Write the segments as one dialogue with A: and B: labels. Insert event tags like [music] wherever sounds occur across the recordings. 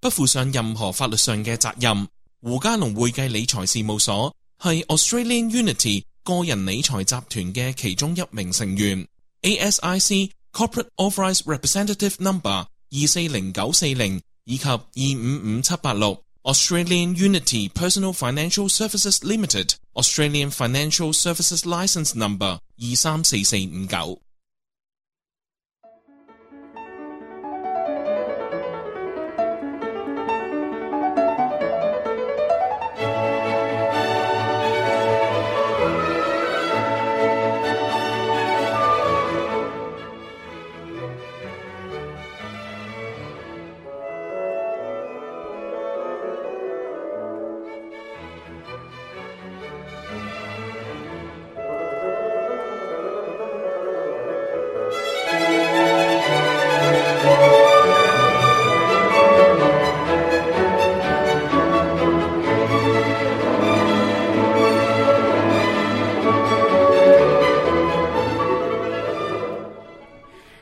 A: 不負上任何法律上嘅責任。胡嘉龍會計理財事務所係 Australian Unity 個人理財集團嘅其中一名成員，ASIC Corporate Authorised Representative Number 二四零九四零以及二五五七八六。Australian Unity Personal Financial Services Limited Australian Financial Services License Number 二三四四五九。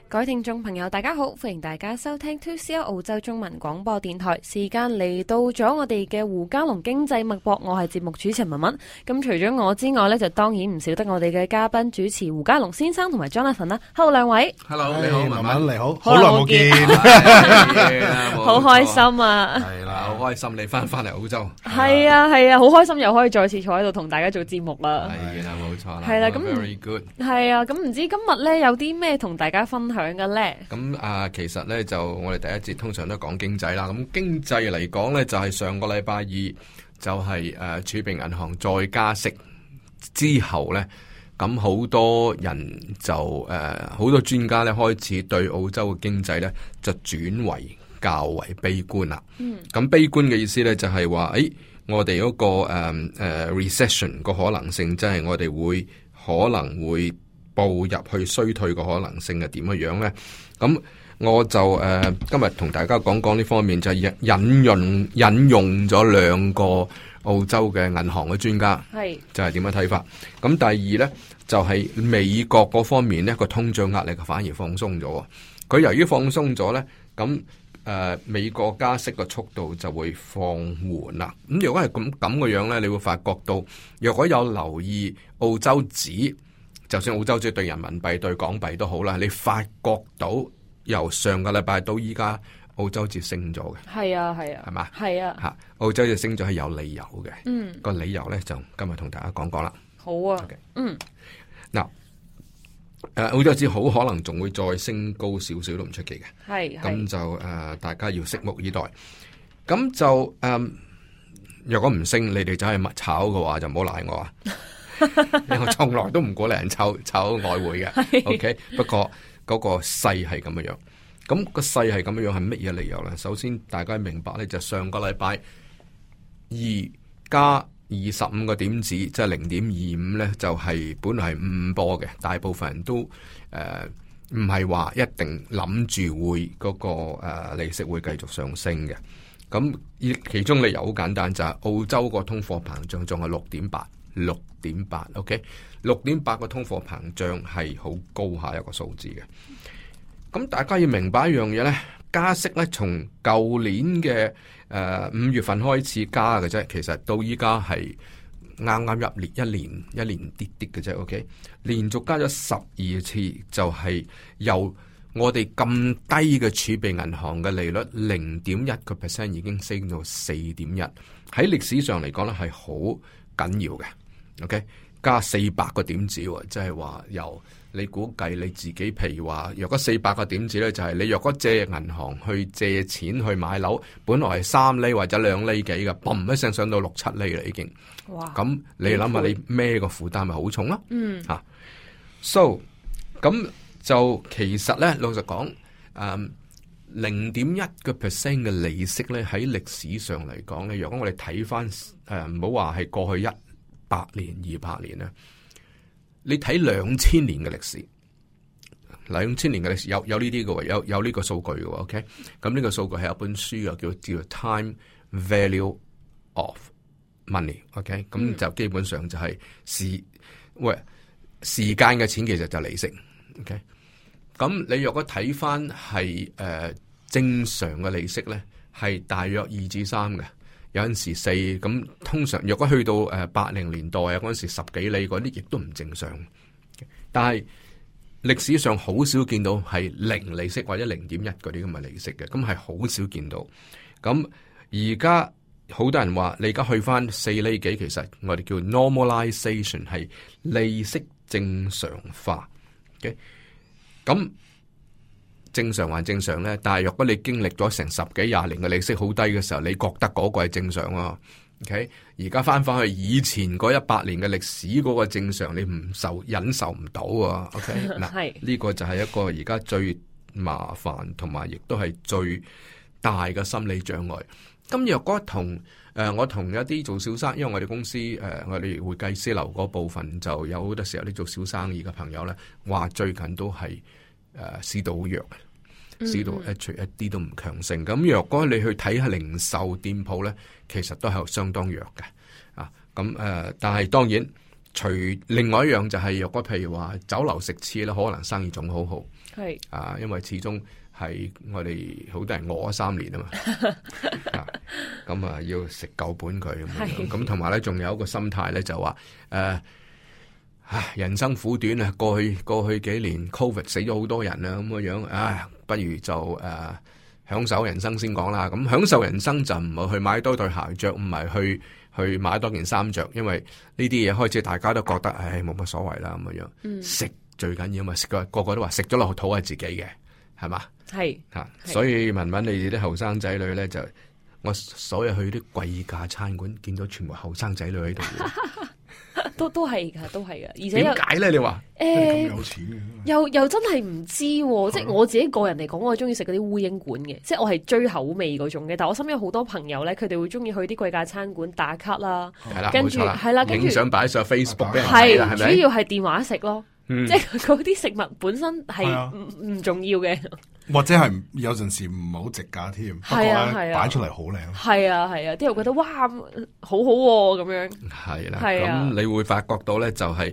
B: 各位聽眾朋友，大家好，歡迎大家收聽 2CR 澳洲中文廣播電台。時間嚟到咗我哋嘅胡嘉龍經濟脈搏，我係節目主持人文文。咁除咗我之外呢，就當然唔少得我哋嘅嘉賓主持胡嘉龍先生同埋 Jonathan 啦。Hello 兩位，
C: Hello，
D: 唉
C: 你好，
D: 哎文
C: 文文，
D: 文你好，
B: 好
D: 好
B: 耐
D: 耐
B: 冇
D: 冇
B: 見
D: 見， [laughs]
B: 好開心
C: [laughs]
B: 啊！
D: 係
C: 嗱，好
D: 啦，
C: 開心你翻翻嚟澳洲，
B: 係啊係啊，好開心又可以再次坐喺度同大家做節目啦。
C: 係啦，冇錯啦，
B: 係啦咁
C: very good。
B: 係啊，咁唔知今日呢，有啲咩同大家分享嘅呢？
C: 咁啊，其實呢，就我哋第一節通常都講經濟啦。咁經濟嚟講呢，就係、上個禮拜二就係、誒、儲備銀行再加息之後呢，咁好多人就呃誒好、多專家呢，開始對澳洲嘅經濟呢，就轉為較為悲觀啦。咁、悲觀嘅意思呢，就係話，誒我哋嗰、個誒、誒 recession 個可能性，即係我哋會可能會步入去衰退個可能性係點樣樣呢？咁我就誒、呃今日同大家講講呢方面，就係引用引用咗兩個澳洲嘅銀行嘅專家，
B: 係
C: 就係點樣睇法。咁第二呢，就係、美國嗰方面呢個通脹壓力反而放鬆咗喎。佢由於放鬆咗呢，咁誒、呃美國加息嘅速度就會放緩啦。咁如果係咁咁嘅樣呢，你會發覺到，若果有留意澳洲紙，就算澳洲紙對人民幣對港幣都好啦，你發覺到由上個禮拜到依家澳洲紙升咗嘅，
B: 係啊係啊
C: 係嘛？
B: 係啊，
C: 嚇，澳洲紙升咗係有理由嘅。
B: 嗯，
C: 個理由呢，就今日同大家講講啦。
B: 好啊
C: OK，
B: 嗯，
C: 誒、澳洲紙呃好可能仲會再升高少少都唔出奇嘅。
B: 係
C: 咁
B: 係
C: 就誒、呃大家要拭目以待。咁就誒、嗯若果唔升，你哋走去密炒嘅話，就唔好賴我啊！因為我從來都唔鼓勵人炒炒外匯嘅。OK，不過嗰個勢係咁樣樣。咁、個勢係咁樣樣係乜嘢理由咧？首先，大家明白咧，就上個禮拜二加二十五個點子，即係零點二五咧，就係、本來係五波嘅，大部分人都誒。呃唔係話一定諗住會嗰、個、呃、利息會繼續上升嘅。咁而其中理由好簡單，就係、澳洲個通貨膨脹仲係六點八，六點八，OK，六點八個通貨膨脹係好高下一個數字嘅。咁大家要明白一樣嘢呢，加息呢從舊年嘅誒五月份開始加嘅啫，其實到依家係啱啱入列一年一年啲啲嘅啫，OK，連續加咗十二次，就係、由我哋咁低嘅儲備銀行嘅利率零點一個 percent 已經升到四點一，喺歷史上嚟講咧係好緊要嘅。OK，加四百個點子喎，即係話由你估計你自己，譬如話若果四百個點子咧，就係、你若果借銀行去借錢去買樓，本來係三厘或者兩厘幾嘅，嘣一聲上到六七厘啦已經。
B: 哇，
C: 咁你諗下，
B: 幾
C: 你孭個負擔咪好重咯？
B: 嗯，
C: So 咁就其實咧，老實講，誒零點一個 percent 嘅利息咧，喺歷史上嚟講咧，如果我哋睇翻誒，呃唔好話係過去一百年、二百年咧，你睇兩千年嘅歷史。兩千年嘅歷史有有呢啲嘅喎，有有呢個數據嘅喎，OK？咁呢個數據係有本書啊，叫叫做 Time Value of Money，OK？、咁就基本上就係時喂時間嘅錢其實就係利息，OK？咁你若果睇翻係誒正常嘅利息咧，係大約二至三嘅。有陣時四咁，通常若果去到誒八零年代啊，嗰陣時十幾厘嗰啲，亦都唔正常。但係歷史上好少見到係零利息或者零點一嗰啲咁嘅利息嘅，咁係好少見到。咁而家好多人話，你而家去翻四厘幾，其實我哋叫 normalization 係利息正常化。OK，咁正常還正常咧，但係若果你經歷咗成十幾廿年嘅利息好低嘅時候，你覺得嗰個係正常啊？OK，而家翻返去以前嗰一百年嘅歷史嗰個正常，你唔受忍受唔到啊？OK，嗱。
B: 係
C: 呢個就係一個而家最麻煩同埋亦都係最大嘅心理障礙。咁若果同誒、呃我同一啲做小生，因為我哋公司誒、呃我哋會計師樓嗰部分就有好多時候啲做小生意嘅朋友咧，話最近都係誒市呃道好弱嘅。市道一除一啲都唔強盛。咁若果你去睇下零售店鋪咧，其實都係相當弱嘅。啊，咁誒、呃但係當然，除另外一樣就係、若果譬如話酒樓食肆咧，可能生意仲好好
B: 係
C: 啊，因為始終係我哋好多人餓咗三年啊嘛，啊咁啊要食夠本佢咁樣
B: 係
C: 咁同埋咧仲有一個心態咧就話誒。唉，人生苦短啊！過去過去幾年，Covid 死咗好多人啊，咁嘅樣，唉，不如就誒、呃享受人生先講啦。咁享受人生就唔係去買多對鞋着，唔係去去買多件衫着，因為呢啲嘢開始大家都覺得，唉，冇乜所謂啦咁嘅樣。
B: 嗯
C: 食最緊要嘛，食個個個都話食咗落肚啊係自己嘅，係嘛
B: 係
C: 嚇。
B: 係
C: 所以文文你哋啲後生仔女咧就，我所有去啲貴價餐館見到全部後生仔女
B: [laughs]
C: 喺度喎， [laughs]
B: 都都係㗎，都係㗎，而且
C: 點
B: 又
C: 解咧？你話？
B: [laughs]
D: 咁
B: 誒。
D: 有錢啊嘅，
B: 又又真係唔知喎，即係我自己個人嚟講，我係中意食嗰啲烏蠅館嘅，即係我係追口味嗰種嘅。但我身邊有好多朋友咧，佢哋會中意去啲貴價餐館打卡啦，
C: 係啦，
B: 跟
C: 冇
B: 住
C: 錯啦，
B: 係啦跟住
C: 影相擺上 Facebook 俾人
B: 係
C: 睇啦，哦係咪？
B: 主要係電話食咯，
C: 嗯
B: 即係嗰啲食物本身
D: 係啊
B: 係唔唔重要嘅。
D: 或者係有陣時唔係好值價添，不過
B: 係啊係
D: 咧
B: 啊
D: 擺出嚟好靚。
B: 係啊係啊，啲人覺得哇好好喎咁樣，
C: 係啦，
B: 係啊
C: 咁你會發覺到咧，就係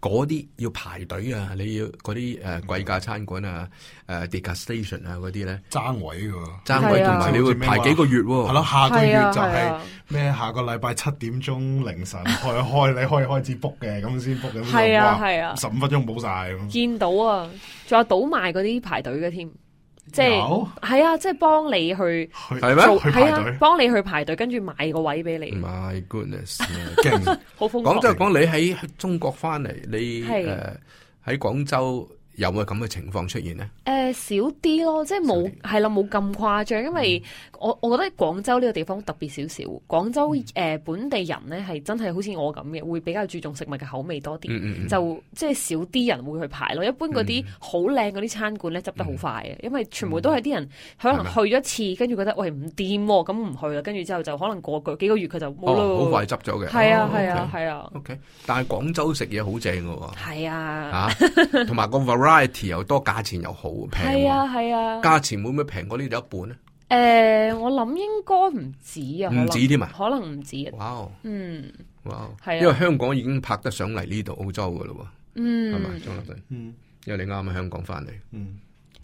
C: 嗰啲要排隊啊，你要嗰啲誒貴價餐館啊、誒 degustation 啊嗰啲咧，
D: 爭位嘅喎，
C: 爭位
B: 係啊
C: 同埋你會排幾個月喎。
D: 係咯，下個月
B: 係啊
D: 就
B: 係
D: 係
B: 啊，
D: 咩？下個禮拜七點鐘凌晨 [laughs] 開開，你可以開始 book 嘅，咁先 book 嘅。
B: 係啊係啊
D: 十五分鐘冇晒咁。
B: 見到啊，仲有倒賣嗰啲排隊嘅添，即係
D: 有
B: 係啊，即係幫你去
D: 去
C: 係咩
B: 做，
D: 去
B: 係
D: 排
B: 啊
D: 隊，，
B: 幫你去排隊，跟住買個位俾你，
C: My
B: [laughs]
C: goodness！
D: 勁
B: 好瘋狂
C: 嗯講。真講，你喺中國翻嚟，你
B: 係
C: 誒喺廣州有冇咁嘅情況出現呢？
B: 誒、少啲咯，即係
C: 少
B: 冇
C: 啲嗯
B: 係啦，冇咁誇張，因為我我覺得廣州呢個地方特別少少。廣州誒、本地人呢係真係好似我咁嘅，會比較注重食物嘅口味多啲，
C: 嗯嗯嗯
B: 就即係少啲人會去排咯。一般嗰啲好靚嗰啲餐館呢，執
C: 嗯
B: 得好快嘅，因為全部都係啲人可能去咗一次，跟住覺得喂唔掂喎，咁唔去啦，跟住之後就可能過個幾個月佢就冇
C: 哦，好
B: 咯
C: 快。執咗嘅。
B: 係啊
C: 哦
B: 係啊。係啊
C: OK，OK 但係廣州食嘢好正嘅
B: [laughs]
C: 喎。
B: 係啊
C: 吓，同埋個 variety 又多，價錢又好平喎。
B: 係啊係啊！
C: 價錢會唔會平過呢度一半咧？
B: 誒、诶、我諗應該唔止啊，可能
C: 唔止添啊
B: 可能唔止啊，
C: 哇
B: 嗯
C: 哇！
B: 係啊
C: 因為香港已經拍得上嚟呢度澳洲噶咯喎，係咪
B: 嗯，
C: 張立信？
D: 嗯
C: 因為你啱啱香港翻嚟，
D: 嗯，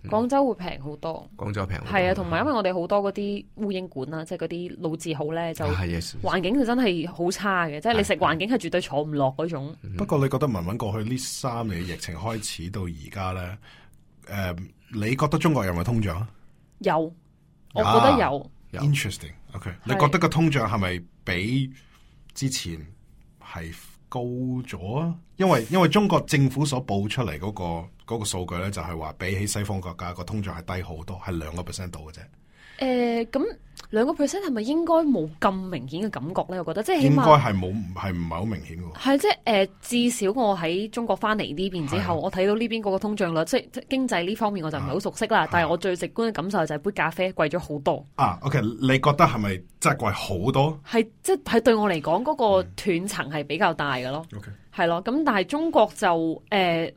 B: 廣州會平好多，
C: 廣州平好多
B: 係啊，同埋因為我哋好多嗰啲烏蠅館啊，即係嗰啲老字號咧，就
C: 啊係啊
B: 環境就真係好差嘅，即係你食環境係絕對坐唔落嗰種。
C: 嗯
D: 不過你覺得文文過去呢三年疫情開始到而家咧，诶、你覺得中國有冇通脹啊
B: 有，我覺
C: 啊
B: 得有。
C: 有
D: ？Interesting，OK，、你
B: 係
D: 覺得個通脹係咪比之前係高咗啊？因為因為中國政府所報出嚟嗰、個嗰、個數據咧，就係話比起西方國家個通脹係低好多，係兩個 percent 度嘅啫。
B: 誒咁兩個 percent 係咪應該冇咁明顯嘅感覺咧？我覺得即係起
D: 應該
B: 碼
D: 係冇係唔係好明顯嘅喎。
B: 係即係誒、呃至少我喺中國翻嚟呢邊之
D: 係啊
B: 後，我睇到呢邊嗰個通脹率，即係即係經濟呢方面我就唔係好熟悉
D: 啊
B: 啦。但係我最直觀嘅感受就係杯咖啡貴咗好多，
D: 啊，OK，你覺得係咪真係貴好多
B: 係即係對我嚟講嗰個斷層係比較大嘅咯，
D: ？OK，
B: 係咯。咁但係中國就誒、呃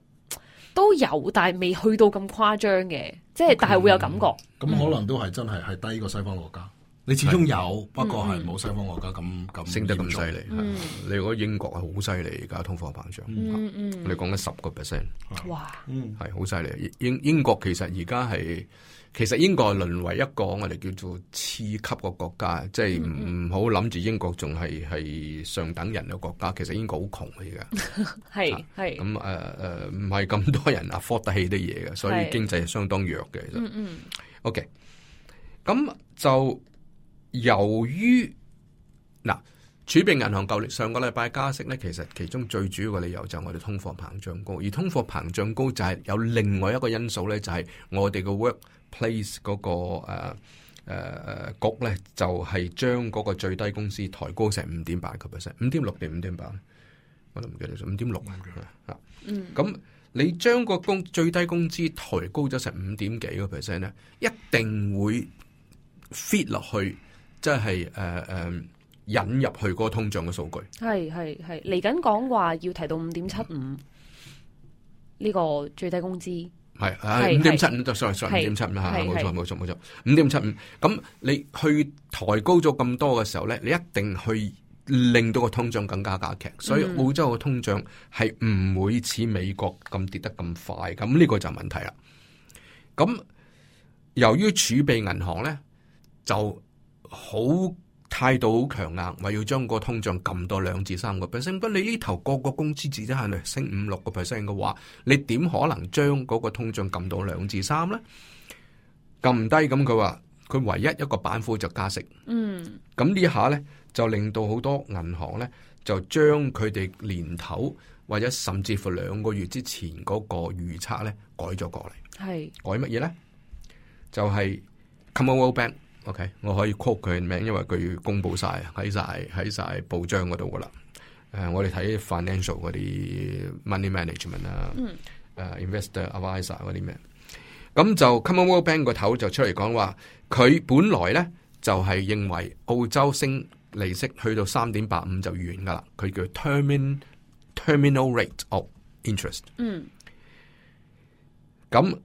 B: 都有，但係未去到咁誇張嘅，即係但係會有感覺。
E: 咁可能都係真係係低過西方國家。你始終
B: 嗯
E: 有，不過係冇西方國家咁咁
C: 升得咁
E: 嚴
C: 犀
E: 重。
C: 利。係你如果英國係好犀利，而家通貨膨脹，
B: 嗯嗯，
C: 你講緊十個 percent。
B: 哇！
D: 嗯，
C: 係好犀利。英英國其實而家係其實英國係淪為一個我哋叫做次級嘅國家，即係唔唔好諗住英國仲係係上等人嘅國家。其實英國好窮啊，而家
B: 係係，
C: 咁誒誒，唔係咁多人 afford 得起啲嘢嘅，所以
B: 係
C: 經濟係相當弱嘅。其實
B: 嗯嗯
C: OK，咁就由於嗱。儲備銀行舊年上個禮拜加息咧，其實其中最主要嘅理由就係我哋通貨膨脹高，而通貨膨脹高就係有另外一個因素咧，就係、我哋嘅 workplace 嗰、個誒誒、呃局咧，就係、將嗰個最低工資抬高成五點八個 percent，五點六定五點八，我都唔記得咗，五點六啊。
B: 嗯。
C: 咁你將個工最低工資抬高咗成五點幾個 percent 咧，一定會 fit 落去，即係誒誒引入去嗰個通脹嘅數據。
B: 系系系，嚟緊講話要提到五點七五呢個最低工資，
C: 係
B: 係
C: 係五點七五，sorry sorry，五點七五嚇，
B: 係
C: 冇
B: 係
C: 錯冇錯冇錯，五點七五。咁你去抬高咗咁多嘅時候咧，你一定去令到個通脹更加加劇，所以
B: 嗯
C: 澳洲嘅通脹係唔會似美國咁跌得咁快，咁呢個就係問題啦。咁由於儲備銀行咧就好態度好強硬，話要將個通脹撳到兩至三個 percent。不過你呢頭個個工資只得係升五六個 percent 嘅話，你點可能將嗰個通脹撳到兩至三咧？撳唔低咁，佢話佢唯一一個板斧就加息。
B: 嗯
C: 咁呢下呢，就令到好多銀行呢，就將佢哋年頭或者甚至乎兩個月之前嗰個預測呢改咗過嚟。
B: 係
C: 改乜嘢咧？就係 Commonwealth Bank，OK，、我可以 quote 佢嘅名，因為佢公布晒喺晒喺晒報章嗰度噶啦。誒、我哋睇 financial 嗰啲 money management 啊，誒、investor advisor 嗰啲咩，咁就 Commonwealth Bank 個頭就出嚟講話，佢本來咧就係、認為澳洲升利息去到三點八五就完噶啦，佢叫 termin terminal rate of interest。
B: 嗯
C: 咁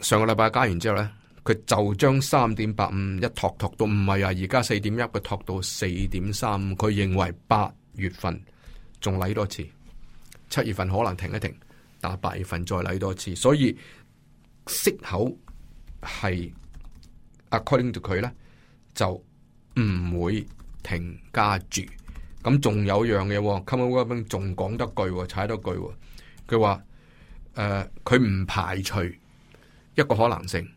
C: 上個禮拜加完之後呢，佢就將三點八五一托托到唔係啊，而家四點一佢托到四點三五，佢認為八月份仲禮多次，七月份可能停一停，但係八月份再禮多次，所以息口係 according to 佢呢，就唔會停加住。咁仲有樣嘢喎，Commonwealth Bank 仲講得句喎，踩多句喎，佢話。誒佢唔排除一個可能性，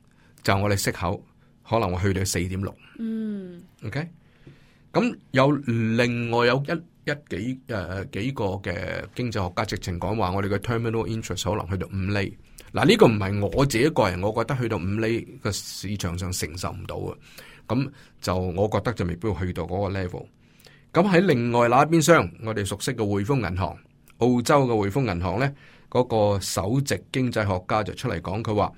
C: 就係我哋息口可能會去到四點六。
B: 嗯
C: OK，咁有另外有一一幾誒、呃、幾個嘅經濟學家直情講話，我哋嘅 terminal interest 可能去到五厘。嗱，呢個唔係我自己個人，我覺得去到五厘個市場上承受唔到啊。咁就我覺得就未必會去到嗰個 level。咁喺另外那一邊廂，我哋熟悉嘅匯豐銀行、澳洲嘅匯豐銀行呢，嗰、個首席經濟學家就出嚟講，佢話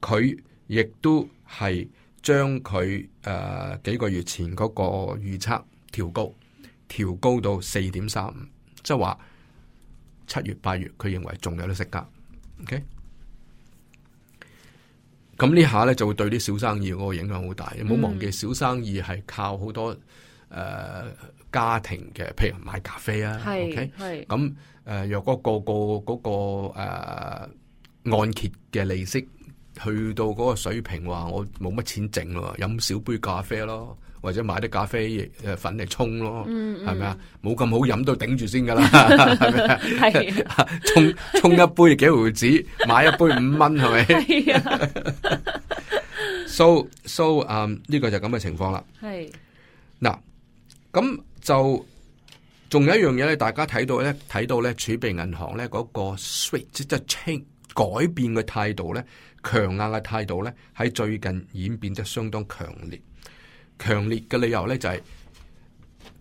C: 佢亦都係將佢誒幾個月前嗰個預測調高，調高到四點三五，即係話七月八月佢認為仲有得息加。OK，咁呢下咧就會對啲小生意嗰個影響好大。你唔
B: 嗯
C: 好忘記，小生意係靠好多誒、呃家庭嘅，譬如買咖啡啊，OK，
B: 係
C: 咁誒若果個個嗰、個、呃、按揭嘅利息去到嗰個水平，話我冇乜錢剩咯，飲少杯咖啡咯，或者買啲咖啡誒粉嚟沖咯。
B: 嗯
C: 係咪啊？冇咁好飲都頂住先㗎啦，
B: [laughs]
C: 係咪啊？
B: 係
C: 沖沖一杯幾毫子，買一杯五蚊，
B: [laughs]
C: 係咪？
B: 係啊，
C: so so 嗯、呢個就咁嘅情況啦。
B: 係
C: 嗱，咁就仲有一樣嘢咧，大家睇到咧，睇到咧儲備銀行咧嗰個 switch 即係 change 改變嘅態度咧，強硬嘅態度咧，喺最近演變得相當強烈。強烈嘅理由咧就係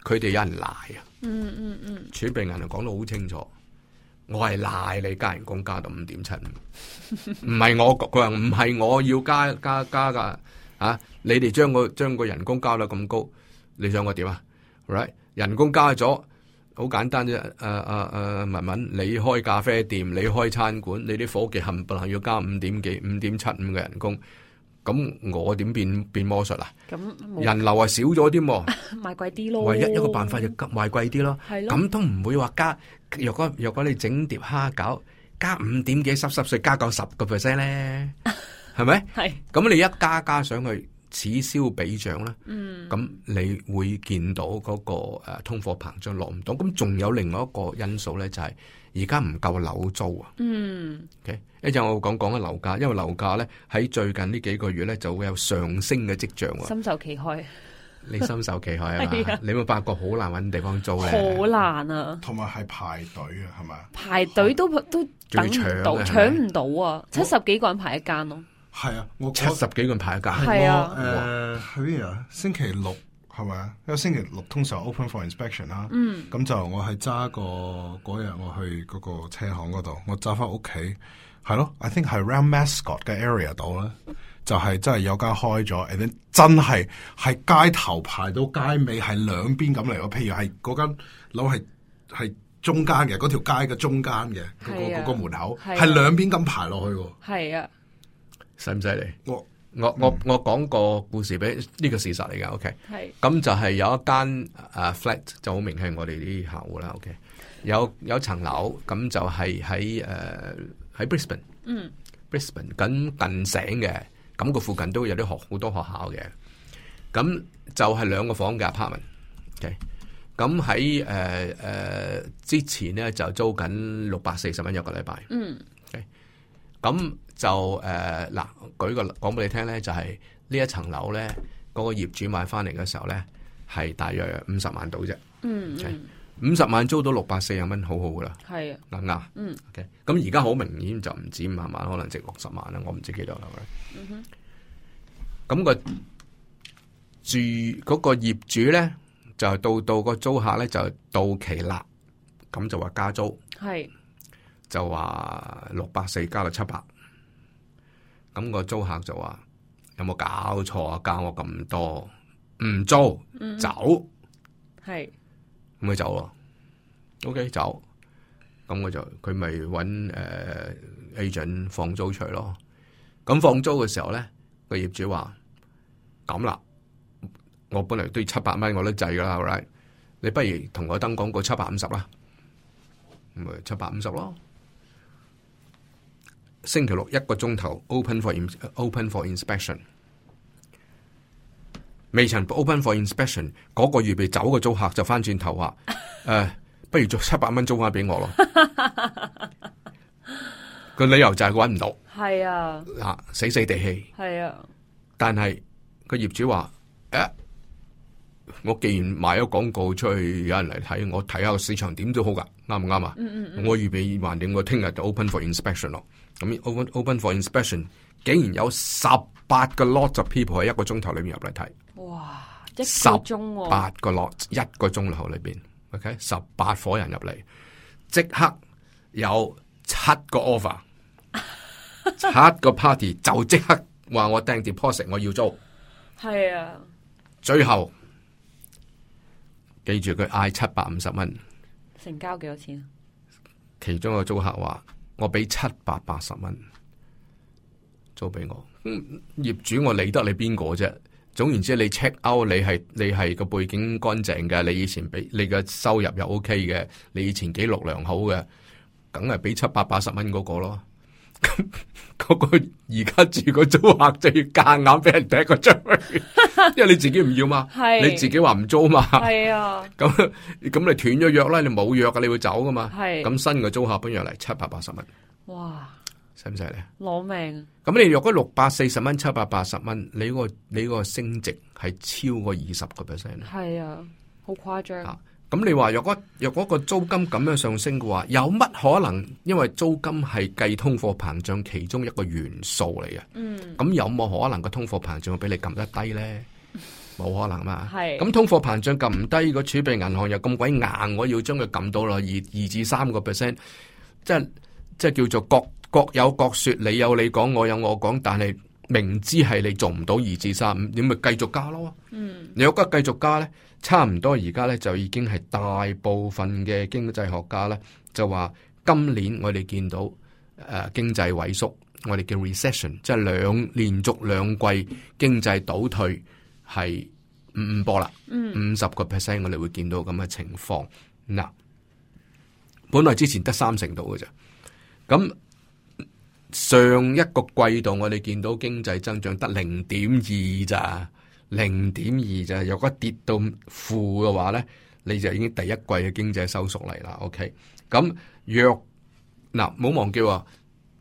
C: 佢哋有人賴啊。
B: 嗯嗯嗯，
C: 儲備銀行講得好清楚，我係賴你加人工加到五點七五，唔係我佢話唔係我要加加加噶啊！你哋將個將個人工加到咁高，你想我點啊？right 人工加咗，好簡單啫。誒誒誒，文文，你開咖啡店，你開餐館，你啲伙計冚唪唥要加五點幾、五點七五嘅人工，咁我點變變魔術啊？
B: 咁冇
C: 人流啊少咗啲喎，
B: 買貴啲咯。
C: 唯一一個辦法就賣貴啲咯。
B: 係咯，
C: 咁都唔會話加。若果若果你整碟蝦餃，加五點幾濕濕碎，加夠十個
B: [laughs]
C: percent 咧，係咪？
B: 係
C: 咁你一加加上去，此消彼長啦。
B: 嗯
C: 咁你會見到嗰個誒通貨膨脹落唔到。咁仲有另外一個因素咧，就係而家唔夠樓租啊。
B: 嗯
C: OK，一陣我會講講緊樓價，因為樓價咧喺最近呢幾個月咧就會有上升嘅跡象喎。
B: 深受其害，
C: 你深受其害啊
B: [laughs]
C: 嘛
B: 係啊！
C: 你有冇發覺好難揾地方租咧？
B: 好難啊！
D: 同埋係排隊啊，係咪啊？
B: 排隊都都
C: 仲
B: 等
C: 要
B: 唔
C: 搶啊
B: 到，
C: 係
B: 搶
C: 咪
B: 唔到啊！七十幾個人排一間咯，
D: 係啊，我
C: 七十幾個人排一
B: [laughs]
C: 間。
B: 係啊
D: 我誒去邊啊？星期六係咪啊？因為星期六通常 open for inspection 啦。
B: 嗯
D: 咁就我係揸個嗰日我去嗰個車行嗰度，我揸翻屋企，係咯，I think 係 round mascot 嘅 area 度啦，就係、真係有間開咗，and then 真係係街頭排到街尾，係兩邊咁嚟咯。譬如係嗰間樓係係中間嘅，嗰條街嘅中間嘅嗰個
B: 係啊
D: 嗰個門口，
B: 係啊
D: 係兩邊咁排落去喎。
B: 係啊，
C: 犀唔犀利？
D: 我
C: 我我我講個故事俾呢個事實嚟㗎，OK。
B: 係
C: 咁就係有一間誒 flat 就好明顯係我哋啲客户啦，OK 有。有層樓咁就係喺誒呃喺 Brisbane。
B: 嗯
C: Brisbane 近近省嘅，咁個附近都有啲學好多學校嘅，咁就係兩個房嘅 apartment。OK，咁喺誒誒之前咧就租緊六百四十蚊一個禮拜。
B: 嗯
C: 咁就呃誒嗱、舉個講俾你聽咧，就係、呢一層樓咧，嗰、個業主買翻嚟嘅時候咧，係大約五十萬到啫，
B: 嗯
C: 係
B: 嗯，
C: 五十萬租到六百四十蚊，好好噶啦，
B: 係啊，
C: 啱唔啱？
B: 嗯
C: ，OK。咁而家好明顯就唔止五十萬，可能值六十萬啦，我唔知幾多啦。
B: 嗯
C: 咁、個住嗰、個業主咧，就到到個租客咧就到期啦，咁就話加租。
B: 係
C: 就話六百四加到七百，咁個租客就話有冇搞錯啊？加我咁多，唔租
B: 嗯
C: 走，
B: 係
C: 咁佢走咯。OK，走，咁我就佢咪揾誒 agent 放租出去咯。咁放租嘅時候咧，個業主話咁啦，我本嚟都要七百蚊，我都制噶啦，right？你不如同我登廣告七百五十啦，咁咪七百五十咯。星期六一個鐘頭 open for in- open for inspection，未曾 open for inspection 嗰個預備走嘅租客就翻轉
B: [laughs]
C: 頭話：誒、不如做七百蚊租翻俾我咯。個理由就係佢揾唔到，
B: 係啊
C: 嗱死死地氣。
B: 係啊，
C: 但係個業主話：誒、我既然賣咗廣告出去，有人嚟睇，我睇下個市場點都好㗎，啱唔啱啊？
B: 嗯嗯
C: 我預備還掂，我聽日就 open for inspection 咯。咁 open open for inspection，竟然有十八個 lot of people 喺一個鐘頭裏面入嚟睇，
B: 嗯，哇，一個
C: 十
B: 鐘喎，
C: 八個 lot 一個鐘頭裏邊，OK，十八伙人入嚟，即刻有七個
B: [laughs]
C: offer，七個 party 就即刻話我掟 deposit，我要租。
B: 係啊，
C: 最後記住佢嗌七百五十蚊，
B: 成交幾多錢啊？
C: 其中一個租客話：我俾七百八十蚊租俾我，嗯業主我理得你邊個啫？總言之，你 check out 你係你係個背景乾淨嘅，你以前俾你嘅收入又 OK 嘅，你以前記錄良好嘅，梗係俾七百八十蚊嗰個咯。 [laughs] 咁嗰個而家住個租客就要夾硬俾人踢個出去，因為你自己唔要嘛，
B: 係
C: 你自己話唔租嘛，
B: 系啊，
C: 咁 [laughs] 咁你斷咗約啦，你冇約嘅，你會走噶嘛。
B: 係
C: 咁新嘅租客本入嚟七百八十蚊，
B: 哇，
C: 使唔使咧？
B: 攞命，
C: 咁你若果六百四十蚊、七百八十蚊，你嗰個你嗰個升值係超過二十個 percent
B: 系啊，好誇張，
C: 啊！咁你話若果若果個租金咁樣上升嘅話，有乜可能？因為租金係計通貨膨脹其中一個元素嚟嘅，
B: 嗯，
C: 咁有冇可能個通貨膨脹會俾你撳
B: [laughs]
C: 得低呢？冇可能嘛！
B: 係
C: 咁通貨膨脹撳唔低，個儲備銀行又咁鬼硬，我要將佢撳到落二二至三個 percent，即係即係叫做各各有各説，你有你講，我有我講，但係明知係你做唔到二至三，你咪繼續加咯。
B: 嗯，
C: 你有得繼續加呢，差唔多而家呢，就已經係大部分嘅經濟學家呢，就話今年我哋見到誒、呃、經濟萎縮，我哋叫 recession，即係兩連續兩季經濟倒退係五五波啦，五十個 percent 我哋會見到咁嘅情況。嗱，本來之前得三成度嘅啫，咁。上一個季度我哋見到經濟增長得零點二咋，零點二咋，若果跌到負嘅話呢，你就已經第一季嘅經濟收縮嚟啦。OK，咁若嗱，唔好忘記喎，誒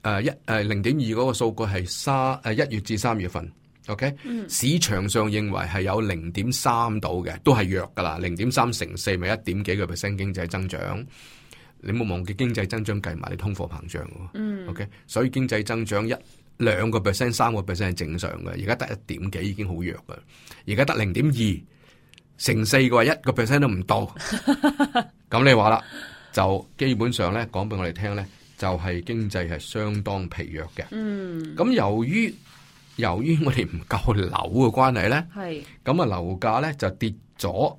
C: 呃一誒零點二嗰個數據係三誒一月至三月份。OK，、市場上認為係有零點三到嘅，都係弱噶啦，零點三乘四咪一點幾個 percent 經濟增長。你冇忘記經濟增長計埋你通貨膨脹喎。OK，所以經濟增長一兩個 percent、三個 percent 係正常嘅，而家得一點幾已經好弱嘅，而家得零點二乘四嘅話，一個 percent 都唔到。咁你話啦，就基本上咧講俾我哋聽咧，就係、經濟係相當疲弱嘅。
B: 嗯，
C: 咁由於由於我哋唔夠樓嘅關係咧。
B: 係，
C: 咁啊樓價咧就跌咗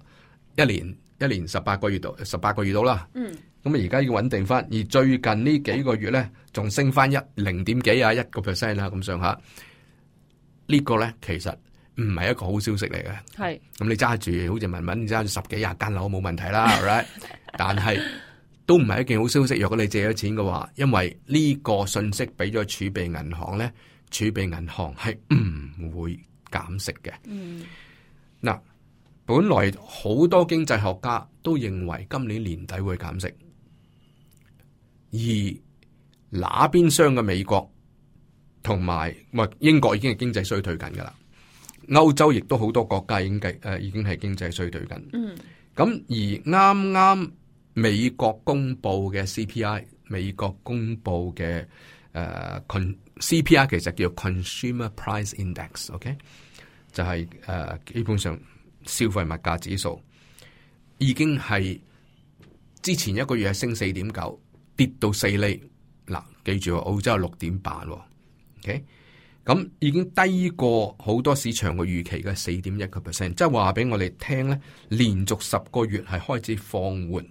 C: 一年一年十八個月度十八個月度啦。
B: 嗯。
C: 咁啊而家要穩定翻，而最近呢幾個月咧仲升翻一零點幾啊一個 percent 啦咁上下。呢個咧其實唔係一個好消息嚟嘅。
B: 係，
C: 咁你揸住好似文文揸住十幾廿間樓冇問題啦 [laughs] a right？但係都唔係一件好消息。若果你借咗錢嘅話，因為呢個信息俾咗儲備銀行咧，儲備銀行係唔會減息嘅。
B: 嗯，
C: 嗱，本來好多經濟學家都認為今年年底會減息，而那邊廂嘅美國同埋唔係英國已經係經濟衰退緊㗎啦，歐洲亦都好多國家已經計誒、已經係經濟衰退緊。
B: 嗯，
C: 咁而啱啱美國公布嘅 CPI，美國公布嘅誒、呃 con- CPI 其實叫 Consumer Price Index，OK，、就係、呃基本上消費物價指數已經係之前一個月係升四點九，跌到四厘。嗱，記住喎澳洲係六點八，OK。咁已經低過好多市場嘅預期嘅四點一個 percent，即係話俾我哋聽咧，連續十個月係開始放緩。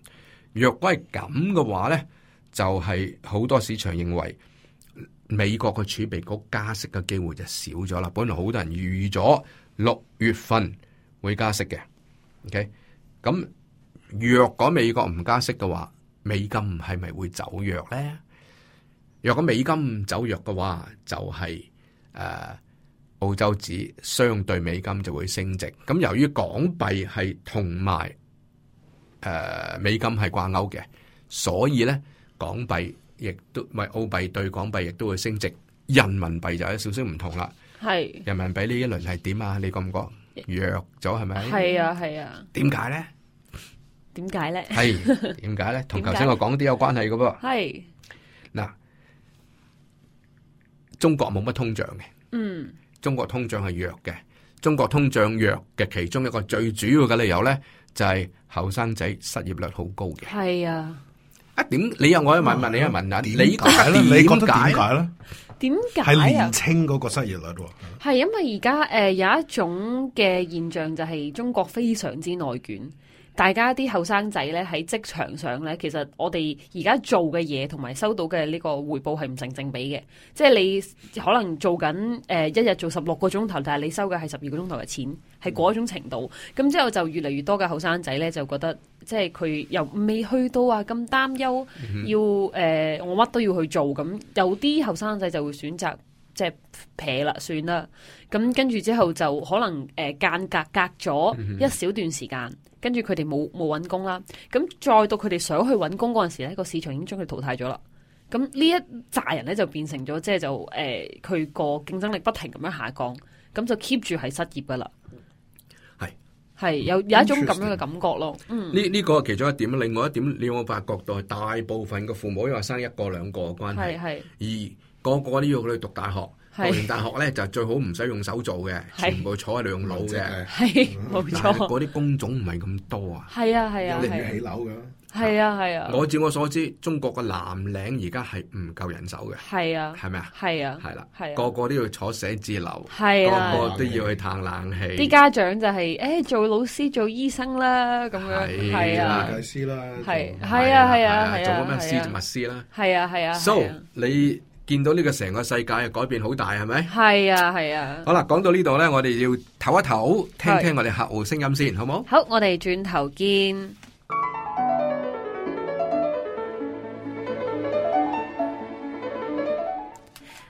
C: 若果係咁嘅話咧，就係、好多市場認為美國嘅儲備局加息嘅機會就少咗啦。本來好多人預咗六月份會加息嘅，OK。咁若果美國唔加息嘅話，美金係咪會走弱咧？若果美金唔走弱嘅話，就係、誒、澳洲紙相對美金就會升值。咁由於港幣係同埋誒美金係掛鈎嘅，所以咧港幣亦都唔係澳幣對港幣亦都會升值。人民幣就有少少唔同啦。
B: 係，
C: 人民幣呢一輪係點啊？你覺唔覺弱咗係咪？
B: 係啊，係啊，
C: 點解咧？
B: 點解咧？
C: 係點解咧？同頭
B: 點解
C: 先我講啲有關係嘅噃。
B: 係，
C: 嗱，中國冇乜通脹嘅。
B: 嗯，
C: 中國通脹係弱嘅。中國通脹弱嘅其中一個最主要嘅理由呢，就係後生仔失業率好高嘅。
B: 係啊，
C: 啊點？你又我又問問你又問問，
D: 啊點
C: 你
D: 解咧？你覺得
C: 點解
D: 點啊解
C: 呢？
D: 咧？
B: 點
D: 係
B: 解啊
D: 年？青嗰個失業率喎，
B: 係呃因為而家誒有一種嘅現象就係中國非常之內卷，大家啲後生仔咧喺職場上咧，其實我哋而家做嘅嘢同埋收到嘅呢個回報係唔成正比嘅。即係你可能做緊誒、呃一日做十六個鐘頭，但係你收嘅係十二個鐘頭嘅錢，係嗰種程度。咁之後就越嚟越多嘅後生仔咧就覺得，即係佢又未去到啊咁擔憂，要誒、呃我乜都要去做。咁有啲後生仔就會選擇即係撇啦，算啦。咁跟住之後就可能誒、呃、間隔隔咗
C: 嗯
B: 一小段時間，跟住佢哋冇冇揾工啦。咁再到佢哋想去揾工嗰陣時咧，個市場已經將佢淘汰咗啦。咁呢一紮人咧就變成咗即係就誒佢個競爭力不停咁樣下降，咁就 keep 住係失業噶啦。
C: 係
B: 係有有一種咁樣嘅感覺咯。嗯，
C: 呢呢個係其中一點，另外一點你有冇發覺到係大部分嘅父母因為生一個兩個嘅關
B: 係
C: 係，
B: 係
C: 而個個都要佢去讀大學，讀
B: 係
C: 完大學咧就最好唔使用手做嘅，
B: 係
C: 全部坐喺度用腦嘅。
B: 係冇
C: 但係
B: 錯，
C: 嗰啲工種唔係咁多啊。
B: 係啊係啊
E: 有人要
B: 係
E: 起樓㗎，
B: 啊係啊係啊
C: 我照我所知，中國嘅藍領而家係唔夠人手嘅，
B: 係啊
C: 係咪啊？
B: 係啊
C: 係啦
B: 係啊，
C: 個個都要坐寫字樓，個
B: 係啊。
C: 個都要去嘆冷
B: 啲
C: 氣。
B: 家長就係、誒、做老師做醫生啦，咁樣
C: 係
B: 係啊
C: 啦，
E: 會計師啦，
B: 係
E: 就
B: 係啊係啊係
C: 做
B: 啊
C: 嗰咩
B: 係
C: 師
B: 啊
C: 密師啦。
B: 係啊係啊
C: So 你見到呢個成個世界嘅改變好大，係咪？
B: 係啊係啊。
C: 好啦，講到呢度呢，我哋要唞一唞，聽聽我哋客户聲音先，好冇？
B: 好，我哋轉頭見。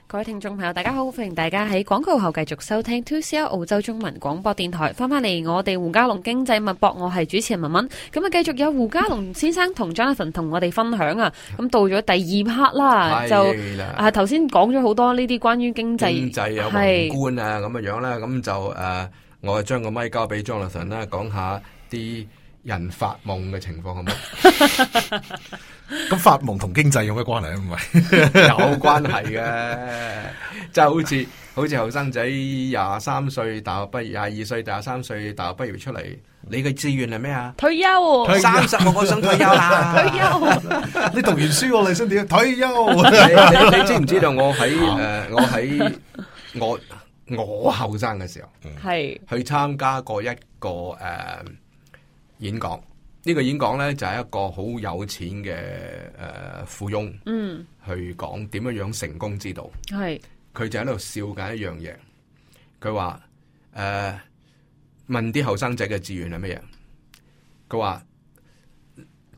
B: 各位聽眾朋友，大家好，歡迎大家喺廣告後繼續收聽 Two C L 澳洲中文廣播電台，翻返嚟我哋胡嘉龍經濟脈搏，我係主持人文文。咁啊，繼續有胡嘉龍先生同 Jonathan 同我哋分享啊。咁到咗第二 part 啦，就
C: 係啦
B: 啊頭先講咗好多呢啲關於經濟
C: 經濟啊、宏
B: 係
C: 觀啊咁嘅樣啦，咁就誒、呃我將個咪交俾 Jonathan 啦，講下啲人發夢嘅情況好冇？
E: 咁發夢同經濟有咩關係啊？唔
C: [laughs]
E: 係。
C: 有關係嘅，即係好似好似後生仔廿三歲大學畢業，廿二歲廿三歲大學畢業出嚟，你嘅志願係咩啊？
B: 退休喎，
C: 三十我想退休啦！
B: 退休。
E: [laughs] 你讀完書我你想點？退 [laughs] 休
C: 你你你知唔知道我喺誒、
B: 啊
C: 呃我喺我我後生嘅時候
B: 係
C: 去參加過一個誒、呃演講，呢、個演講咧就係、一個好有錢嘅誒、呃富翁
B: 嗯
C: 去講點樣樣成功之道。
B: [laughs] 係
C: 佢就喺度笑緊一樣嘢，佢話誒問啲後生仔嘅志願係乜嘢？佢話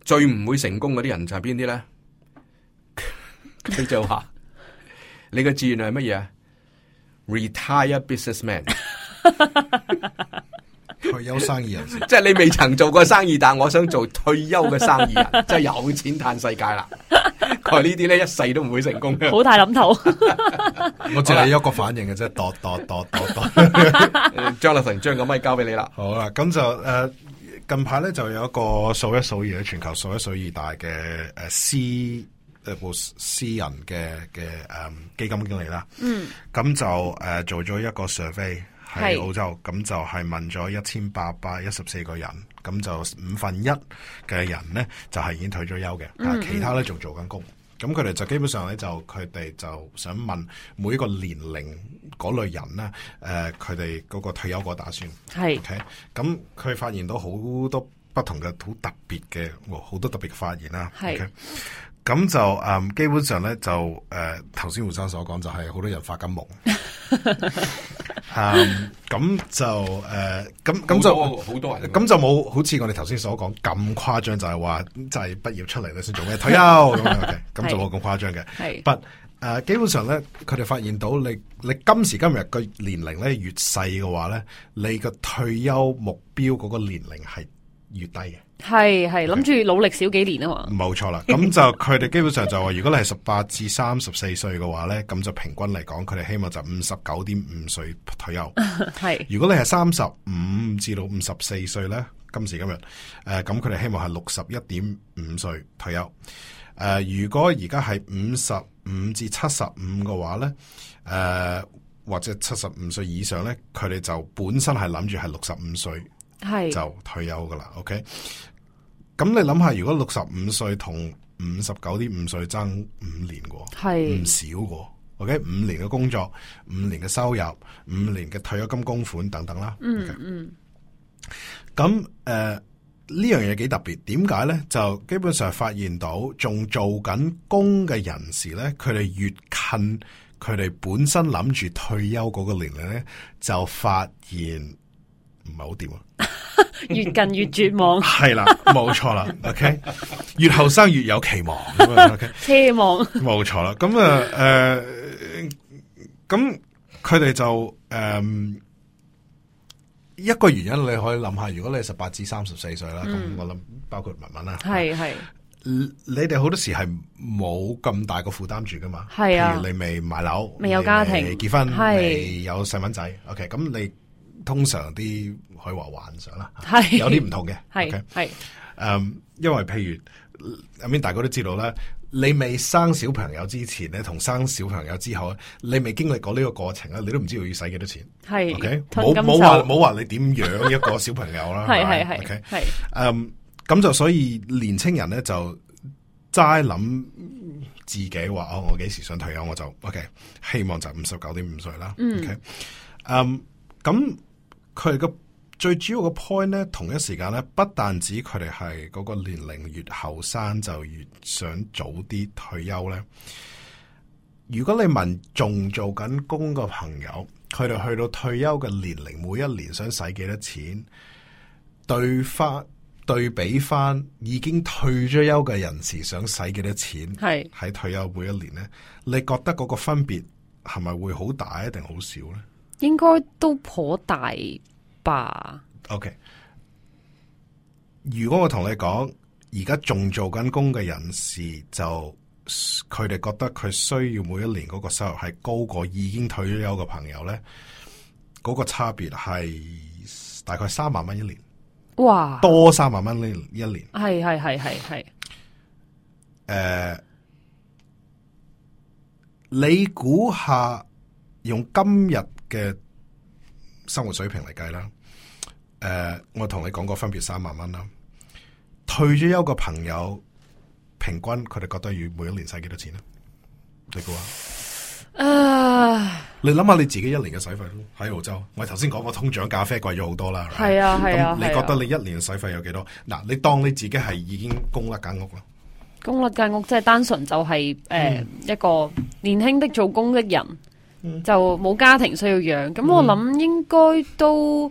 C: 最唔會成功嗰啲人就係邊啲咧？ [laughs] 佢就話你嘅志願係乜嘢啊？Retire businessman， [laughs]
E: 退休生意人士，
C: 即係你未曾做過生意，但我想做退休嘅生意人， [laughs] 即係有錢嘆世界啦。佢話呢啲咧一世都唔會成功嘅。
B: 好大諗頭。
E: 我淨係有一個反應嘅啫， [laughs] 度度度度度。
C: Jonathan 將個咪交俾你啦。
E: 好啦，咁就誒、呃近排咧就有一個數一數二嘅全球數一數二大嘅誒、呃私誒部私人嘅嘅誒基金經理啦，
B: 嗯，
E: 咁就誒、呃做咗一個 survey
B: 係
E: 喺澳洲，咁就係問咗一千八百一十四個人，咁就五分一嘅人咧就係、已經退咗
B: 嗯
E: 休嘅，但係其他咧仲做緊工。咁佢哋就基本上咧，就佢哋就想問每一個年齡嗰類人咧，誒佢哋嗰個退休嗰打算。
B: [laughs] 係
E: OK，咁佢發現到好多不同嘅好特別嘅，哇好多特別嘅發現啦。
B: 係
E: OK，咁就誒、嗯基本上咧就誒頭先胡生所講就係好多人發
B: [laughs]
E: 緊夢。嗯咁就誒，咁咁就。
C: 好多人
E: 咁就冇好似我哋頭先所講咁誇張，就係話就係畢業出嚟你先做
B: [laughs]
E: 咩退休咁樣，OK，咁就冇咁誇張嘅。
B: 係
E: 不誒、呃基本上咧，佢哋發現到你你今時今日個年齡咧越細嘅話咧，你個退休目標嗰個年齡係越低嘅，
B: 係係諗住努力少幾年啊嘛。
E: 冇錯啦。咁
B: [laughs]
E: 就佢哋基本上就話，如果你係十八至三十四歲嘅話咧，咁就平均嚟講，佢哋希望就五十九點五歲退休。
B: 係
E: 如果你係三十五至到五十四歲咧，今時今日，誒咁佢哋希望係六十一點五歲退休。誒、呃如果而家係五十五至七十五嘅話咧，誒、或者七十五歲以上咧，佢哋就本身係諗住係六十五歲
B: 係
E: 就退休噶啦。OK，咁你諗下，如果六十五歲同五十九點五歲爭五年嘅喎。
B: 係
E: 唔少喎。OK，五年嘅工作，五年嘅收入，五年嘅退休金供款等等啦。
B: 嗯嗯
E: 咁誒、呃呢樣嘢幾特別，點解呢？就基本上發現到，仲做緊工嘅人士呢，佢哋越近佢哋本身諗住退休嗰個年齡呢，就發現唔係好掂啊！，
B: 越近越絕望
E: [laughs] 係啦，冇錯啦，OK，越後生越有期望咁樣，OK。
B: 奢望。
E: 冇錯啦，咁啊诶，咁佢哋就诶、嗯一個原因，你可以諗下，如果你係十八至三十四歲啦，咁、
B: 嗯
E: 我諗包括文文啦，
B: 係係
E: 你你哋好多時係冇咁大個負擔住噶嘛，
B: 係啊
E: 譬如你未買樓，
B: 未有家庭
E: 你未結婚，
B: 係
E: 未有細蚊仔，OK，咁你通常啲可以話幻想啦，
B: 係
E: 有啲唔同嘅，
B: 係
E: OK
B: 係
E: 誒、嗯因為譬如阿 m 大家都知道啦，你未生小朋友之前咧，同生小朋友之後咧，你未經歷過呢個過程咧，啊你都唔知道要使幾多錢。OK，
B: 係，吞
E: 冇
B: 金
E: 冇話
B: 獸
E: 冇話你點養一個小朋
B: [laughs]
E: 友啦，
B: 係係
E: 咪
B: 係
E: OK，
B: 係
E: 誒咁就所以年青人咧就齋諗自己話哦，我幾時想退休我就 OK，希望就五十九點五歲啦。OK，誒咁佢個最主要個 point 咧，同一時間咧，不但止佢哋係嗰個年齡越後生就越想早啲退休咧。如果你問仲做緊工嘅朋友，佢哋去到退休嘅年齡，每一年想使幾多錢？對翻對比翻已經退咗休嘅人士想使幾多錢
B: 係
E: 喺退休每一年呢？你覺得嗰個分別係咪會好大啊定好少呢
B: 應該都頗大吧？
E: o k 如果我同你講，而家仲做緊工嘅人士就佢哋覺得佢需要每一年嗰個收入係高過已經退咗休嘅朋友呢，嗰、個差別係大概三萬蚊一年，
B: 哇！
E: 多三萬蚊呢一年。
B: 係係係係係
E: 诶、呃你估下用今日嘅生活水平嚟計啦，诶、我同你講過分別三萬蚊啦，退咗休嘅朋友平均佢哋覺得要每一年使幾多錢咧？啊你估下？
B: 啊！
E: 你諗下你自己一年嘅使費咯，喺澳洲，我哋頭先講過通脹咖啡貴咗好多啦，係咪
B: 係啊係啊
E: 咁你
B: 係啊
E: 覺得你一年嘅使費有幾多？嗱，你當你自己係已經供甩間屋啦。
B: 公立間屋即係單純就係、呃一個年輕的做工的人，就冇家庭需要養。咁我諗應該都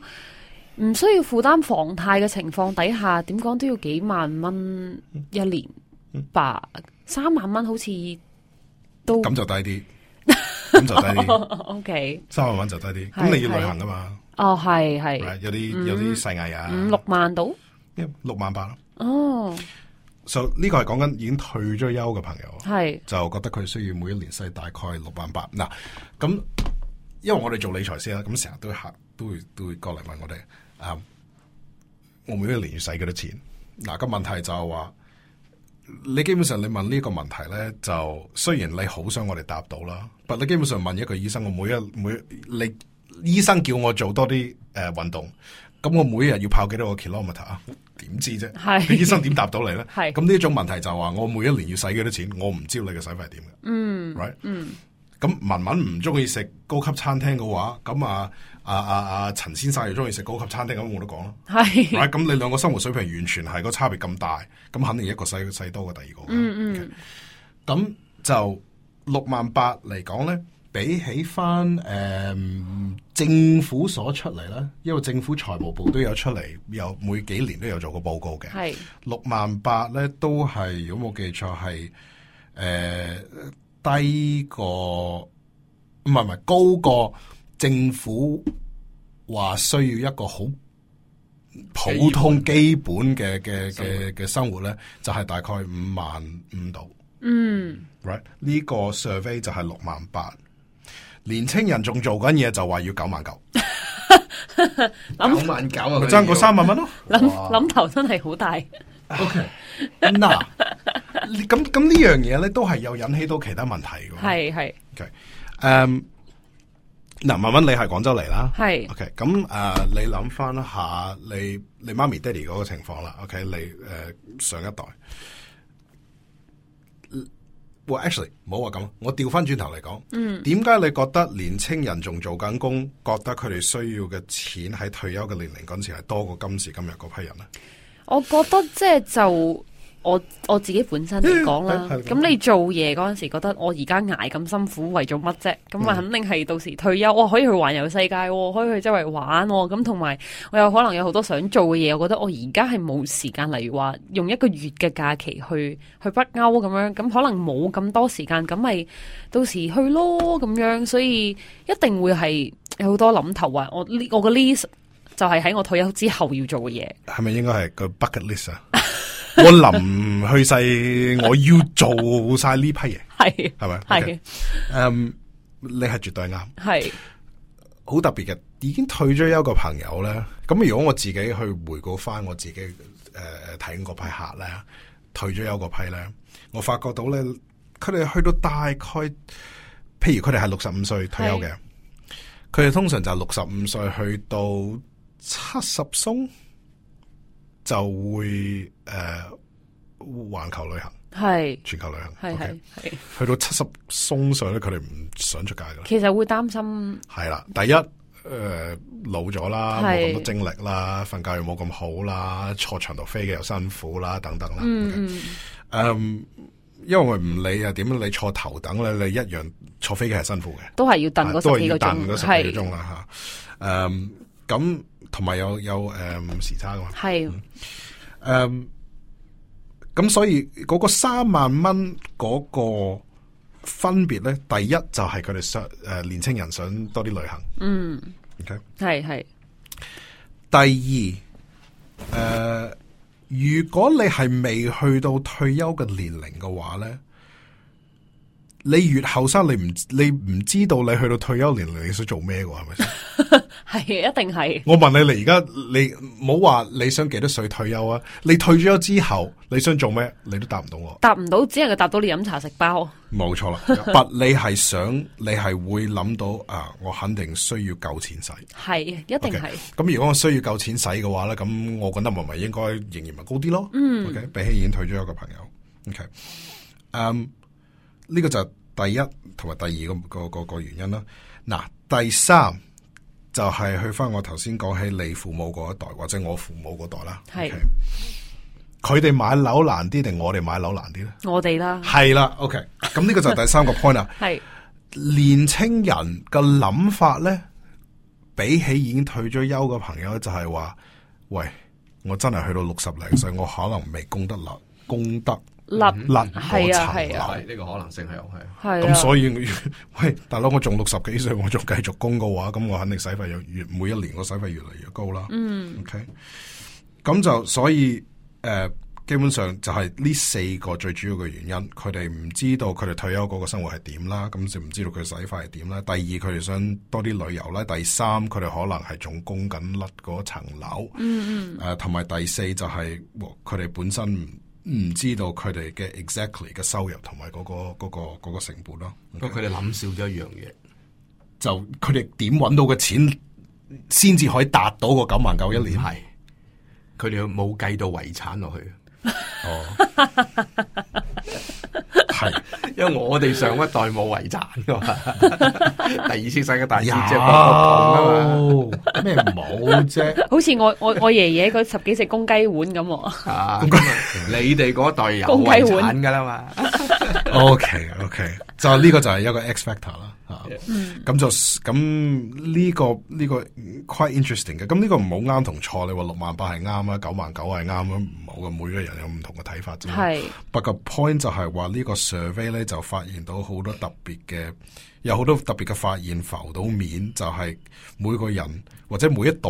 B: 唔需要負擔房貸嘅情況底下，點講都要幾萬蚊一年吧。三萬蚊好似都 [laughs]
E: 咁就低啲，咁就低啲，
B: O K。
E: 三萬蚊就低啲。
B: 係
E: 咁你要旅行噶嘛？
B: 哦，係
E: right？
B: 係
E: 有啲有啲細藝啊，
B: 五六萬到。
E: 六六萬八啦。
B: 哦，
E: 所以呢個係講緊已經退咗休嘅朋友，
B: 係
E: 就覺得佢需要每一年使大概六萬八。嗱，咁因為我哋做理財師啦，咁成日都客都會都會過嚟問我哋啊，我每一年要使幾多錢？嗱，個問題就係話。你基本上你問呢個問題咧，就雖然你好想我哋答到啦，但你基本上問一個醫生，我每一每你醫生叫我做多啲誒、呃、運動，咁我每日要跑幾多個 kilometer 啊？點知啫？
B: 係
E: 啲醫生點答到你咧？
B: 係
E: 咁呢種問題就係話我每一年要使幾多錢，我唔知道你嘅使費係點嘅。嗯，right，嗯。咁文文唔中意食高級餐廳嘅話，咁啊啊啊啊陳先生又中意食高級餐廳，咁我都講 [laughs] 啦。
B: 係
E: Right，咁你兩個生活水平完全係個差別咁大，咁肯定一個細細多過第二個嘅。嗯咁就六萬八嚟講咧，比起翻誒、嗯政府所出嚟啦，因為政府財務部都有出嚟，有每幾年都有做過報告嘅。
B: 係
E: 六萬八咧都係，如果冇記錯係誒、呃低過，唔係唔係高過政府話需要一個好普通基本嘅嘅嘅嘅生活咧，就係、大概五萬五度。
B: 嗯
E: right 呢個 survey 就係六萬八。年青人仲做緊嘢就話要九萬九，
C: 九萬九啊，
E: 咪爭嗰三萬蚊咯。
B: 諗諗頭真係好大。
E: O K，嗱，
B: [laughs]
E: 咁咁呢樣嘢咧，都係有引起到其他問題嘅。
B: 係係
E: OK，誒、嗱，文文你係廣州嚟啦。
B: 係
E: OK，咁誒、你諗翻下你你媽咪爹哋嗰個情況啦。OK，你誒、上一代，喂，actually 唔好話咁，我調翻轉頭嚟講，嗯，點解你覺得年青人仲做緊工，覺得佢哋需要嘅錢喺退休嘅年齡嗰陣時係多過今時今日嗰批人咧？，
B: 我覺得即係就我我自己本身嚟講啦
E: 嗯係係
B: 咁你做嘢嗰阵时觉得我而家捱咁辛苦為咗乜啫？咁
E: 嗯
B: 啊肯定係到時退休，我可以去環遊世界喎，可以去周圍玩喎，咁同埋我有可能有好多想做嘅嘢，我覺得我而家係冇時間，例如話用一個月嘅假期去去北歐咁樣，咁可能冇咁多時間，咁咪到時去咯咁樣，所以一定會係有好多諗頭啊！我呢我個 list 就係喺我退休之後要做嘅嘢。
E: 系咪應該係個 bucket list 啊？ [laughs] 我臨去世，我要做晒呢批嘢，
B: 系
E: 係咪
B: 系
E: OK 诶、你係絕對啱，
B: 系
E: 好特別嘅。已經退咗休嘅朋友咧，咁如果我自己去回顧翻我自己诶诶睇嗰批客咧，退咗休嗰批咧，我發覺到咧，佢哋去到大概，譬如佢哋係六十五歲退休嘅，佢哋通常就六十五歲去到七十鬆就會诶、環球旅行、
B: 系
E: 全球旅行。
B: 系
E: OK？
B: 系系，
E: 去到七十鬆歲咧，佢哋唔想出街噶啦。
B: 其實會擔心
E: 係啦，第一诶、呃老咗啦，冇
B: 係
E: 咁多精力啦，瞓覺又冇咁好啦，坐長途飛嘅又辛苦啦，等等啦。
B: 嗯嗯
E: 嗯因為我唔理啊，點你坐頭等咧，你一樣坐飛機係辛苦嘅。啊
B: 都係要等嗰
E: 都
B: 十
E: 係
B: 幾
E: 要
B: 個
E: 等
B: 鐘，
E: 嗰十幾個鐘啦吓。誒、咁同埋有有誒、嗯時差噶嘛。
B: 係
E: 誒、咁所以嗰個三萬蚊嗰個分別咧，第一就係佢哋想誒、年青人想多啲旅行。
B: 嗯
E: OK，
B: 係係
E: 第二誒、如果你係未去到退休嘅年齡嘅話咧。你越後生，你唔你唔知道你去到退休年齡你想做咩嘅喎，係咪先？ [laughs]
B: 係一定係
E: 我問你，你而家你冇話你想幾多歲退休啊？你退咗休之後，你想做咩？你都答唔到我。
B: 答唔到，只能夠答到你飲茶食包。
E: 冇 [laughs] 錯啦，不，你係想，你係會諗到啊，我肯定需要夠錢使。
B: 係一定
E: OK，
B: 係
E: 咁如果我需要夠錢使嘅話咧，咁我覺得咪咪應該仍然咪高啲咯。嗯，OK，比起已經退咗休嘅朋友，OK，嗯，呢個就係第一同埋第二個個個個原因啦。嗱，第三就係去翻我頭先講起你父母嗰一代或者我父母嗰代啦。
B: 係
E: OK，佢哋買樓難啲定我哋買樓難啲咧？
B: 我哋啦，
E: 係啦，OK，咁呢個就係第三個 point 啦。
B: 係
E: 年青人嘅諗法咧，比起已經退咗休嘅朋友，就係話：喂，我真係去到六十零歲，我可能未供得落，供得
B: 立
E: 甩嗰
B: 係啊
E: 層
B: 係啊
E: 樓。
C: 係呢個可能性係有係。
B: 係
E: 咁
B: 啊，
E: 所以，喂，大佬，我仲六十幾歲，我仲繼續供嘅話，咁我肯定使費越越每一年個使費越嚟越高啦。
B: 嗯
E: OK，咁就所以诶、呃基本上就係呢四個最主要嘅原因，佢哋唔知道佢哋退休嗰個生活係點啦，咁就唔知道佢使費係點啦。第二，佢哋想多啲旅遊啦。第三，佢哋可能係仲供緊甩嗰層樓。
B: 嗯嗯
E: 誒同埋第四就係喎佢哋本身唔唔知道佢哋嘅 exactly 嘅收入同埋嗰個嗰、個嗰、個成本咯。
C: 不過佢哋諗少咗一樣嘢，
E: 就佢哋點揾到嘅錢，先至可以達到個九萬九一年。
C: 係佢哋冇計到遺產落去。 [laughs]
E: 哦，係。
C: 因為我哋上一代冇遺產噶嘛， [laughs] 第二次世界大戰
E: 有
C: 即係不啊嘛
E: 咩冇 [laughs] 啫？
B: 好似我我我爺爺嗰十幾隻公雞碗咁喎，
C: 啊，咁啊你哋嗰代有遺產噶啦嘛，
E: OK OK，就呢個就係一個 X factor 啦嚇。咁就咁呢個呢個 quite interesting 嘅。咁呢個唔好啱同錯，你話六萬八係啱啊啦，九萬九係啱啦，唔好嘅。每個人有唔同嘅睇法啫。
B: 係
E: 不過 point 就係話呢個 survey 咧就發現到好多特別嘅，有好多特別嘅發現浮到面，就係、每個人或者每一代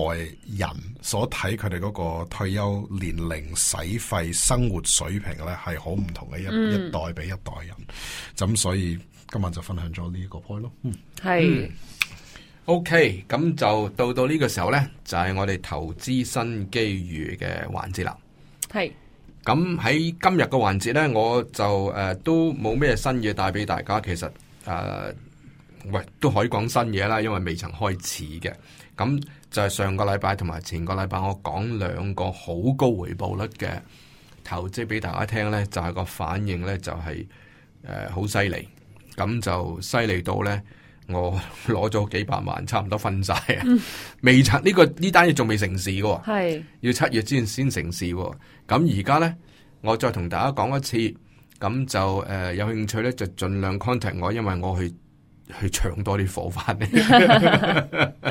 E: 人所睇佢哋嗰個退休年齡、使費、生活水平咧係好唔同嘅一、一代比一代人。咁所以今晚就分享咗呢個 point 咯。嗯
B: 係
C: OK，咁就到到呢個時候呢，就係、我哋投資新機遇嘅環節啦。
B: 係
C: 咁喺今日嘅環節呢，我就誒、呃都冇咩新嘢帶俾大家。其實誒、呃喂，都可以講新嘢啦，因為未曾開始嘅。咁就係上個禮拜同埋前個禮拜，我講兩個好高回報率嘅投資俾大家聽呢，就係、呃個反應呢，就係誒好犀利。咁就犀利到呢，誒、我攞咗幾百萬，差唔多瞓晒啊！ [laughs] 未曾呢、個呢單嘢仲未成事嘅喎，
B: 系
C: 要七月之前先成事喎。咁而家呢，我再同大家講一次，咁就誒、呃有興趣呢，就盡量 contact 我，因為我去去搶多啲火翻嚟。 [laughs]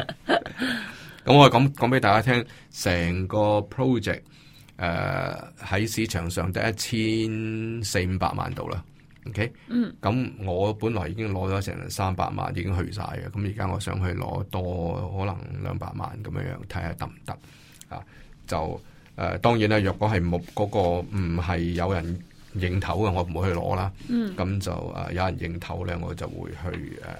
C: 咁我講講俾大家聽，成個 project 誒、呃喺市場上得一千四五百萬度啦。OK，
B: 嗯，
C: 咁我本來已經攞咗成三百萬，已經去晒嘅。咁而家我想去攞多可能兩百萬咁樣樣，睇下得唔得啊？就誒、呃、當然啦，若果係冇嗰個唔係有人認頭嘅，我唔會去攞啦。
B: 嗯
C: 咁就誒、呃有人認頭咧，我就會去誒、呃、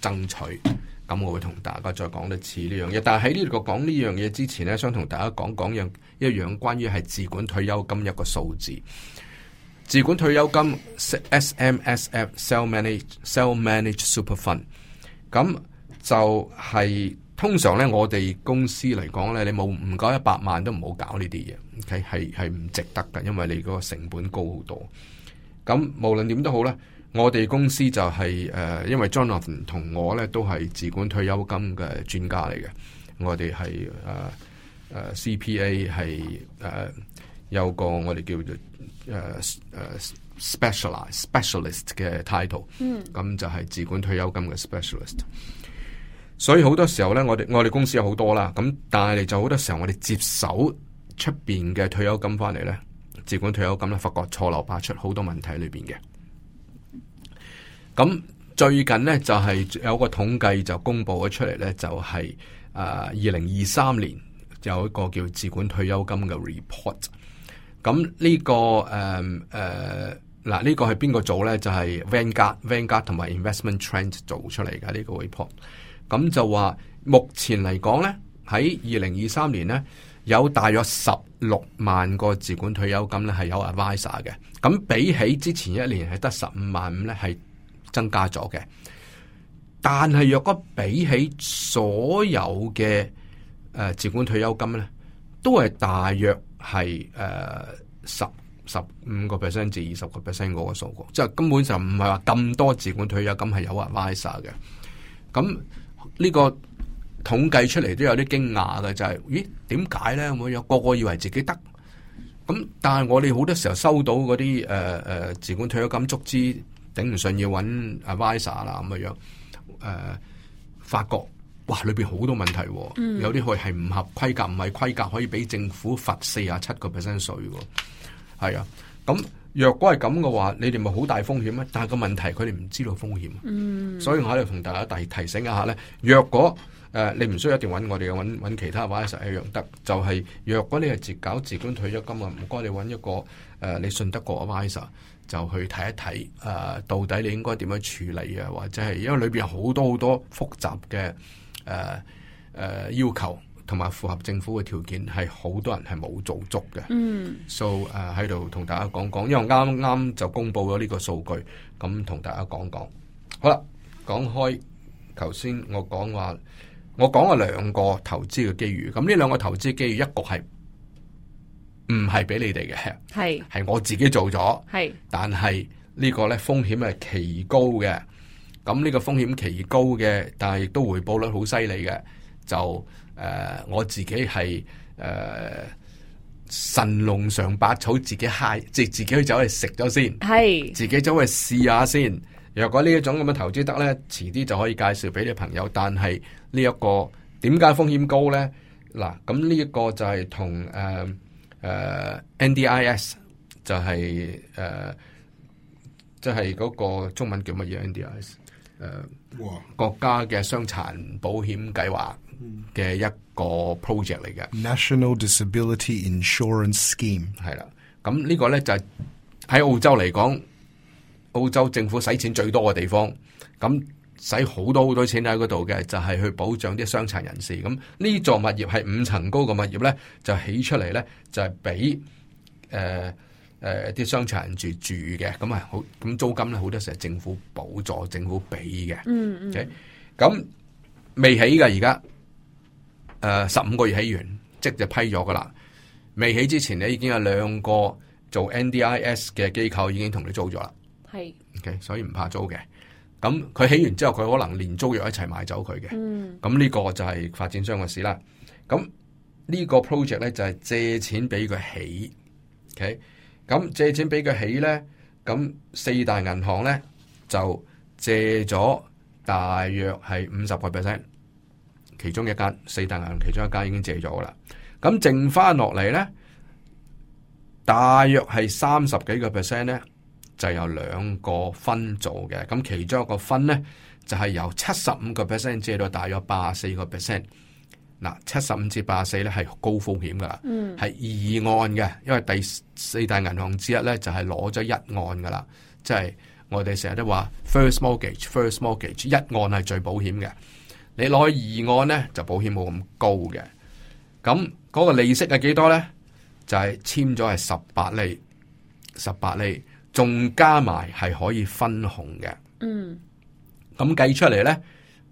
C: 爭取。咁我會同大家再講一次呢樣嘢。但係喺呢個講呢樣嘢之前咧，想同大家講講樣一樣關於係自管退休金一個數字。自管退休金 S M S F Self Manage Self Manage Super Fund，咁就係、通常咧，我哋公司嚟講咧，你冇唔夠一百萬都唔好搞呢啲嘢，OK 係係唔值得㗎，因為你嗰個成本高好多。咁無論點都好啦，我哋公司就係、呃因為 Jonathan 同我咧都係自管退休金嘅專家嚟嘅，我哋係呃誒誒 CPA 係誒、呃有個我哋叫做呃誒誒 specialize specialist 嘅 title，
B: 嗯
C: 咁就係自管退休金嘅 specialist。所以好多時候咧，我哋我哋公司有好多啦，咁但係就好多時候我哋接手出邊嘅退休金翻嚟咧，自管退休金咧，發覺錯漏百出，好多問題裏邊嘅。咁最近呢，就係、有個統計就公布咗出嚟呢，就係誒二零二三年有一個叫自管退休金嘅 report。咁呢、個誒誒嗱呢個係邊個做呢？就係、Vanguard、Vanguard 同埋 Investment Trend 做出嚟嘅呢個 report。咁就話目前嚟講呢，喺二零二三年呢，有大約十六萬個自管退休金呢係有 advisor 嘅。咁比起之前一年係得十五萬五呢，係增加咗嘅。但係若果比起所有嘅誒、呃自管退休金呢，都係大約係誒十十五個 percent 至二十個 percent 嗰個數目，即係根本就唔係話咁多自管退休金係有 advisor 嘅。咁呢個統計出嚟都有啲驚訝嘅，就係、咦點解咧咁樣？個個以為自己得，咁但係我哋好多時候收到嗰啲誒誒自管退休金足資頂唔順要揾 advisor 啦咁嘅樣，誒、呃、發覺哇裏邊好多問題喎，有啲佢係唔合規格，唔係規格可以俾政府罰四啊七個 percent 税喎。係啊，咁若果係咁嘅話，你哋咪好大風險咩？但係個問題佢哋唔知道風險，嗯、所以我喺度同大家提提醒一下咧，若果誒、呃你唔需要一定揾我哋嘅，揾揾其他話實一樣得。就係、若果你係自搞自管退休金啊，唔該你揾一個誒、呃你信得過嘅 advisor 就去睇一睇誒、呃到底你應該點樣處理啊，或者係因為裏邊有好多好多複雜嘅誒誒要求，同埋符合政府嘅條件，係好多人係冇做足嘅。
B: 嗯
C: so 誒喺度同大家講講，因為啱啱就公布咗呢個數據，咁同大家講講。好啦，講開頭先我講話，我講咗兩個投資嘅機遇，咁呢兩個投資機遇一個係唔係俾你哋嘅，
B: 系
C: 係我自己做咗。
B: 系
C: 但係呢個咧風險係奇高嘅。咁呢個風險奇高嘅，但係亦都回報率好犀利嘅，就誒、呃我自己係誒、呃神龍上百草，自己嗨，即係自己去走去食咗先，
B: 系
C: 自己走去試下先。若果呢一種咁嘅投資得呢，遲啲就可以介紹俾你朋友。但係呢一個點解風險高呢？嗱，咁呢一個就係同誒誒 NDIS 就係、誒，即係嗰個中文叫乜嘢 NDIS 誒、
D: 哇
C: 國家嘅傷殘保險計劃嘅一個 project 嚟嘅。
E: National Disability Insurance Scheme，
C: 系啦，咁呢個呢，就係喺澳洲嚟講，澳洲政府使錢最多嘅地方，咁使好多好多錢喺嗰度嘅，就係、去保障啲傷殘人士。咁呢座物業係五層高嘅物業呢，就起出嚟呢，就係俾誒誒呃啲傷殘人住住嘅，咁啊好，咁租金呢，好多時係政府補助、政府俾嘅。
B: 嗯嗯
C: OK，咁未起嘅而家，誒十五個月起完，即就批咗噶啦。未起之前咧，已經有兩個做 NDIS 嘅機構已經同你租咗啦。
B: 系
C: OK，所以唔怕租嘅。咁佢起完之後，佢可能連租約一齊買走佢嘅。
B: 嗯
C: 咁呢個就係發展商嘅事啦。咁呢個 project 咧就係借錢俾佢起，OK？咁借錢俾佢起咧，咁四大銀行咧就借咗大約係五十個 percent，其中一間四大銀行其中一間已經借咗噶啦。咁剩翻落嚟咧，大約係三十幾個 percent 咧，就有兩個分做嘅。咁其中一個分咧。就係由七十五個 percent 借到大約八十四個 percent。嗱，七十五至八十四咧係高風險噶啦，係二按嘅，因為第四大銀行之一咧就係攞咗一按噶啦，即係我哋成日都話 first mortgage，first mortgage 一按係最保險嘅，你攞二按咧就保險冇咁高嘅。咁嗰個利息係幾多咧？就係簽咗係十八厘，十八厘，仲加埋係可以分紅嘅。
B: 嗯
C: 咁計出嚟呢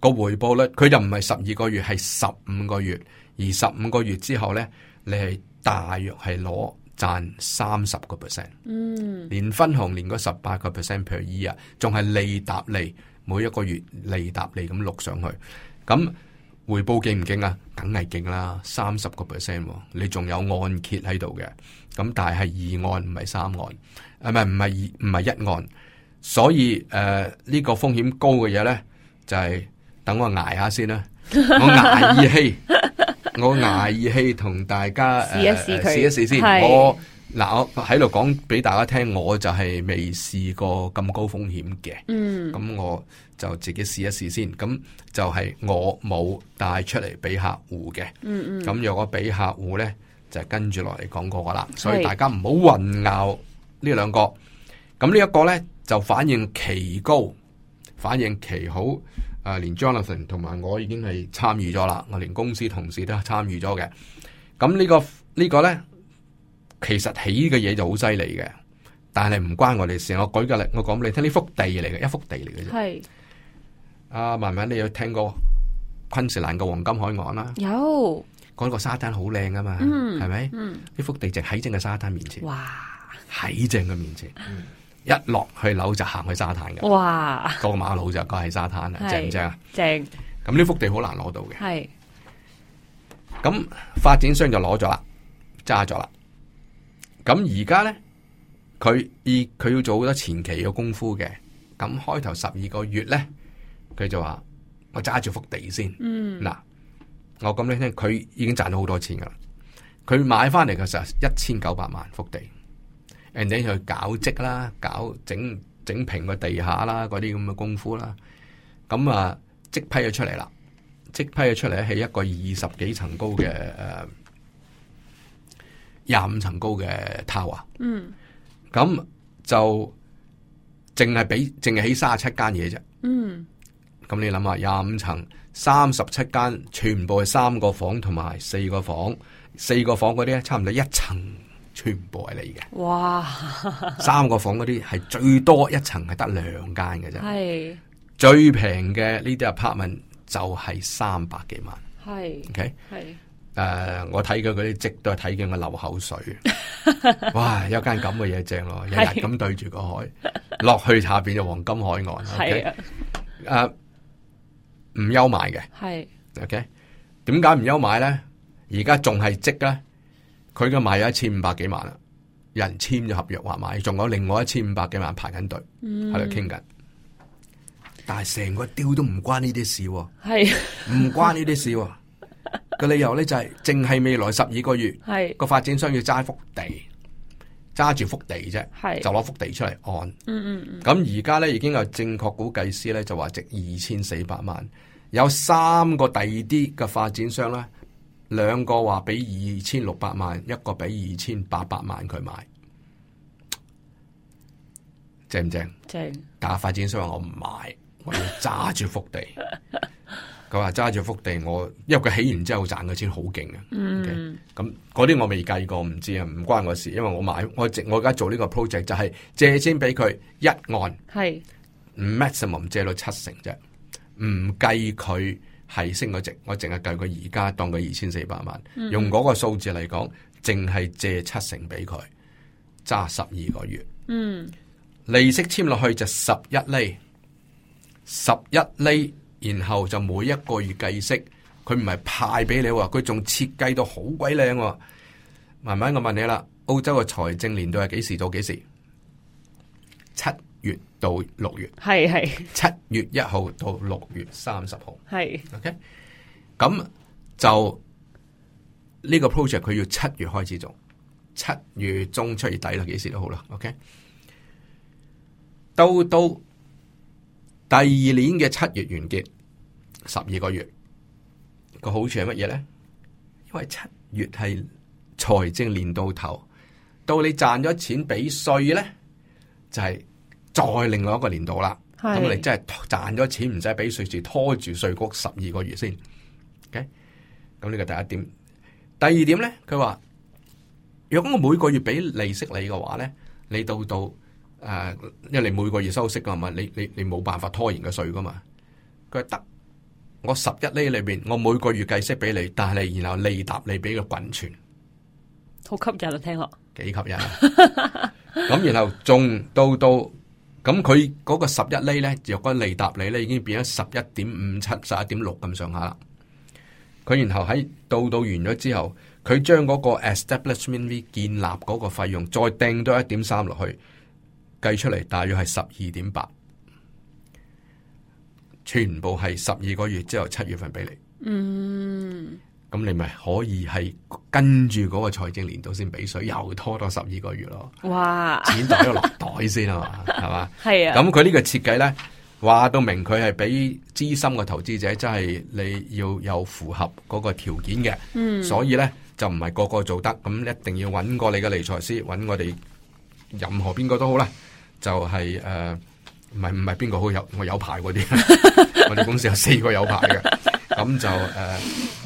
C: 個回報率，佢就唔係十二個月，係十五個月。而十五個月之後呢，你係大約係攞賺三十個 percent，
B: 嗯
C: 連分紅連嗰十八個 percent per year，仲係利搭利，每一個月利搭利咁碌上去。咁回報勁唔勁啊？梗係勁啦，三十個 percent，喎你仲有按揭喺度嘅。咁但係係二按唔係三按，啊唔係唔係二唔係一按。所以呃誒呢、個風險高嘅嘢咧，就係、等我捱
B: [laughs]
C: 下先啦。我捱意氣，我捱意氣同大家誒
B: 試一試佢
C: 試一試先。
B: 係
C: 我嗱我喺度講俾大家聽，我就係未試過咁高風險嘅。
B: 嗯
C: 咁我就自己試一試先。咁就係我冇帶出嚟俾客户嘅。
B: 嗯
C: 咁若果俾客户呢，就跟住落嚟講過噶啦。所
B: 係
C: 以大家唔好混淆呢兩個。咁呢一個呢，就反應奇高，反應奇好。啊，連 Jonathan 同埋我已經係參與咗啦，我連公司同事都參與咗嘅。咁呢、個呢、個呢，其實起嘅嘢就好犀利嘅，但係唔關我哋事。我舉個例，我講俾你聽，呢幅地嚟嘅，一幅地嚟嘅啫。
B: 係
C: 啊，慢慢你有聽過昆士蘭嘅黃金海岸啦，
B: 有
C: 嗰、個沙灘好靚啊嘛，
B: 嗯
C: 係咪、
B: 嗯
C: 呢幅地就喺正嘅沙灘面前，
B: 哇
C: 喺正嘅面前，一落去樓就行去沙灘嘅，
B: 哇
C: 過馬路就過喺沙灘啦，
B: 係
C: 正唔正啊？
B: 正
C: 咁呢幅地好難攞到嘅，
B: 係
C: 咁發展商就攞咗啦，揸咗啦。咁而家呢，佢以佢要做好多前期嘅功夫嘅，咁開頭十二個月呢，佢就話我揸住幅地先。
B: 嗯
C: 嗱，我咁你聽，佢已經賺咗好多錢噶啦。佢買翻嚟嘅時候一千九百萬幅地，and then 佢搞積啦，搞整整平個地下啦，嗰啲咁嘅功夫啦。咁啊，即批咗出嚟啦，即批咗出嚟係一個二十幾層高嘅誒廿五層高嘅 tower。
B: 嗯
C: 咁就淨係俾淨係起三十七間嘢啫。
B: 嗯，
C: 咁你諗下，廿五層三十七間，全部係三個房同埋四個房，四個房嗰啲咧，差唔多一層全部係你嘅
B: [laughs] 哇
C: 三個房嗰啲係最多一層係得兩間嘅啫。
B: 係
C: 最平嘅呢啲 apartment 就係三百幾萬
B: 係
C: ，OK？
B: 係
C: 誒、呃我睇佢嗰啲積都係睇見我流口
B: [laughs]
C: 水。哇！有間咁嘅嘢正咯，日日
B: 係
C: 咁對住
B: [laughs]
C: 個海，落去下邊就黃金海岸。
B: 係
C: OK？
B: 啊
C: 誒唔憂賣嘅。
B: 係
C: OK，點解唔憂買呢？而家仲係積呢？佢嘅賣咗一千五百幾萬啦，有人簽咗合約話買，仲有另外一千五百幾萬排緊隊
B: 嗯
C: 喺度傾緊。但係成個雕都唔關呢啲事喎，唔
B: 係
C: 關呢啲事喎。個理由呢就係淨係未來十二個月
B: 係
C: 個發展商要揸幅地，揸住幅地啫，
B: 係
C: 就攞幅地出嚟按。
B: 嗯嗯嗯
C: 咁而家咧已經有正確估計師咧就話值二千四百萬，有三個第二啲嘅發展商咧，兩個話俾二千六百萬，一個俾二千八百萬佢買，正唔正？
B: 正
C: 但係發展商話我唔買，我要揸住幅地。 [laughs] 佢話揸住幅地，我因為佢起完之後賺嘅錢好勁嘅。
B: 嗯
C: 咁嗰啲我未計過，唔知啊，唔關我事，因為我買我直我而家做呢個 project 就係借錢俾佢一按。
B: 係
C: 唔 maximum 借到七成啫，唔計佢係升咗值，我淨係計佢而家當佢二千四百萬，用嗰個數字嚟講，淨係借七成俾佢，揸十二個月，
B: 嗯
C: 利息簽落去就十一厘，十一厘，然後就每一個月計息，佢唔係派俾你喎，佢仲設計到好鬼靚喎。慢慢我問你啦，澳洲嘅財政年度係幾時到幾時？七月到六月，
B: 係係
C: 七月一號到六月三十號。
B: 係
C: OK，咁就呢、個 project 佢要七月開始做，七月中七月底啦，幾時都好啦。OK，到到第二年嘅七月完結，十二個月，個好處係乜嘢咧？因為七月係財政年度頭，到你賺咗錢俾税咧，就係、再另外一個年度啦。
B: 係
C: 咁你真係賺咗錢唔使俾税住，拖住税局十二個月先。OK，咁呢個第一點。第二點咧，佢話：如果我每個月俾利息你嘅話咧，你到到誒、呃因為你每個月收息噶嘛，你你你冇辦法拖延個税噶嘛。佢話得，我十一厘裏邊，我每個月計息俾你，但係你然後利搭你俾個滾存。
B: 好吸引啊！聽落
C: 幾吸引啊。 [laughs] 咁然後仲到到咁佢嗰個十一厘咧，若果利搭你咧，已經變咗十一點五七、十一點六咁上下啦。佢然後喺到到完咗之後，佢將嗰個 establishment fee 建立嗰個費用再掟多一點三落去，計出嚟大約係十二點八，全部係十二個月之後七月份俾你。
B: 嗯
C: 咁你咪可以係跟住嗰個財政年度先俾水，又拖多十二個月咯。
B: 哇
C: 錢袋咗落袋先
B: [laughs]
C: 啊嘛，係嘛？
B: 係啊
C: 咁佢呢個設計呢，話到明佢係俾資深嘅投資者，即係你要有符合嗰個條件嘅，
B: 嗯
C: 所以呢，就唔係個個做得，咁一定要揾過你嘅理財師，揾我哋任何邊個都好啦，就係、誒。唔係唔係邊個好有我有牌嗰
B: [laughs]
C: 啲，我哋公司有四個有牌嘅，咁就誒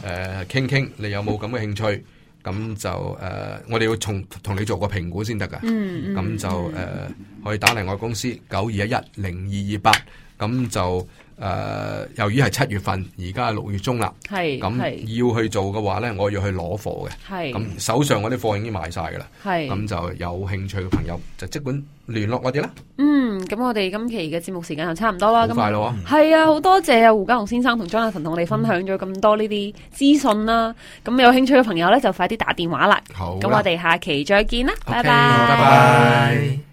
C: 誒傾傾，你有冇咁嘅興趣？咁就誒、呃我哋要從同你做個評估先得㗎。
B: 嗯
C: 咁就誒、呃可以打嚟我公司九二一一零二二八，咁就誒、呃由於係七月份，而家係六月中啦，
B: 係
C: 咁
B: 係
C: 要去做嘅話呢，我要去攞貨嘅，
B: 係
C: 咁手上我啲貨已經賣晒㗎啦，
B: 係
C: 咁就有興趣嘅朋友就即管聯絡我哋啦，
B: 嗯，咁我哋今期嘅節目時間就差唔多啦，
C: 好
B: 咁
C: 快咯喎！
B: 係啊，好多謝啊胡家龍先生同張亞勤同我哋分享咗咁多呢啲資訊啦。咁有興趣嘅朋友呢，就快啲打電話啦。
C: 好啦，
B: 咁我哋下期再見啦，
C: OK，
B: 拜
C: 拜拜。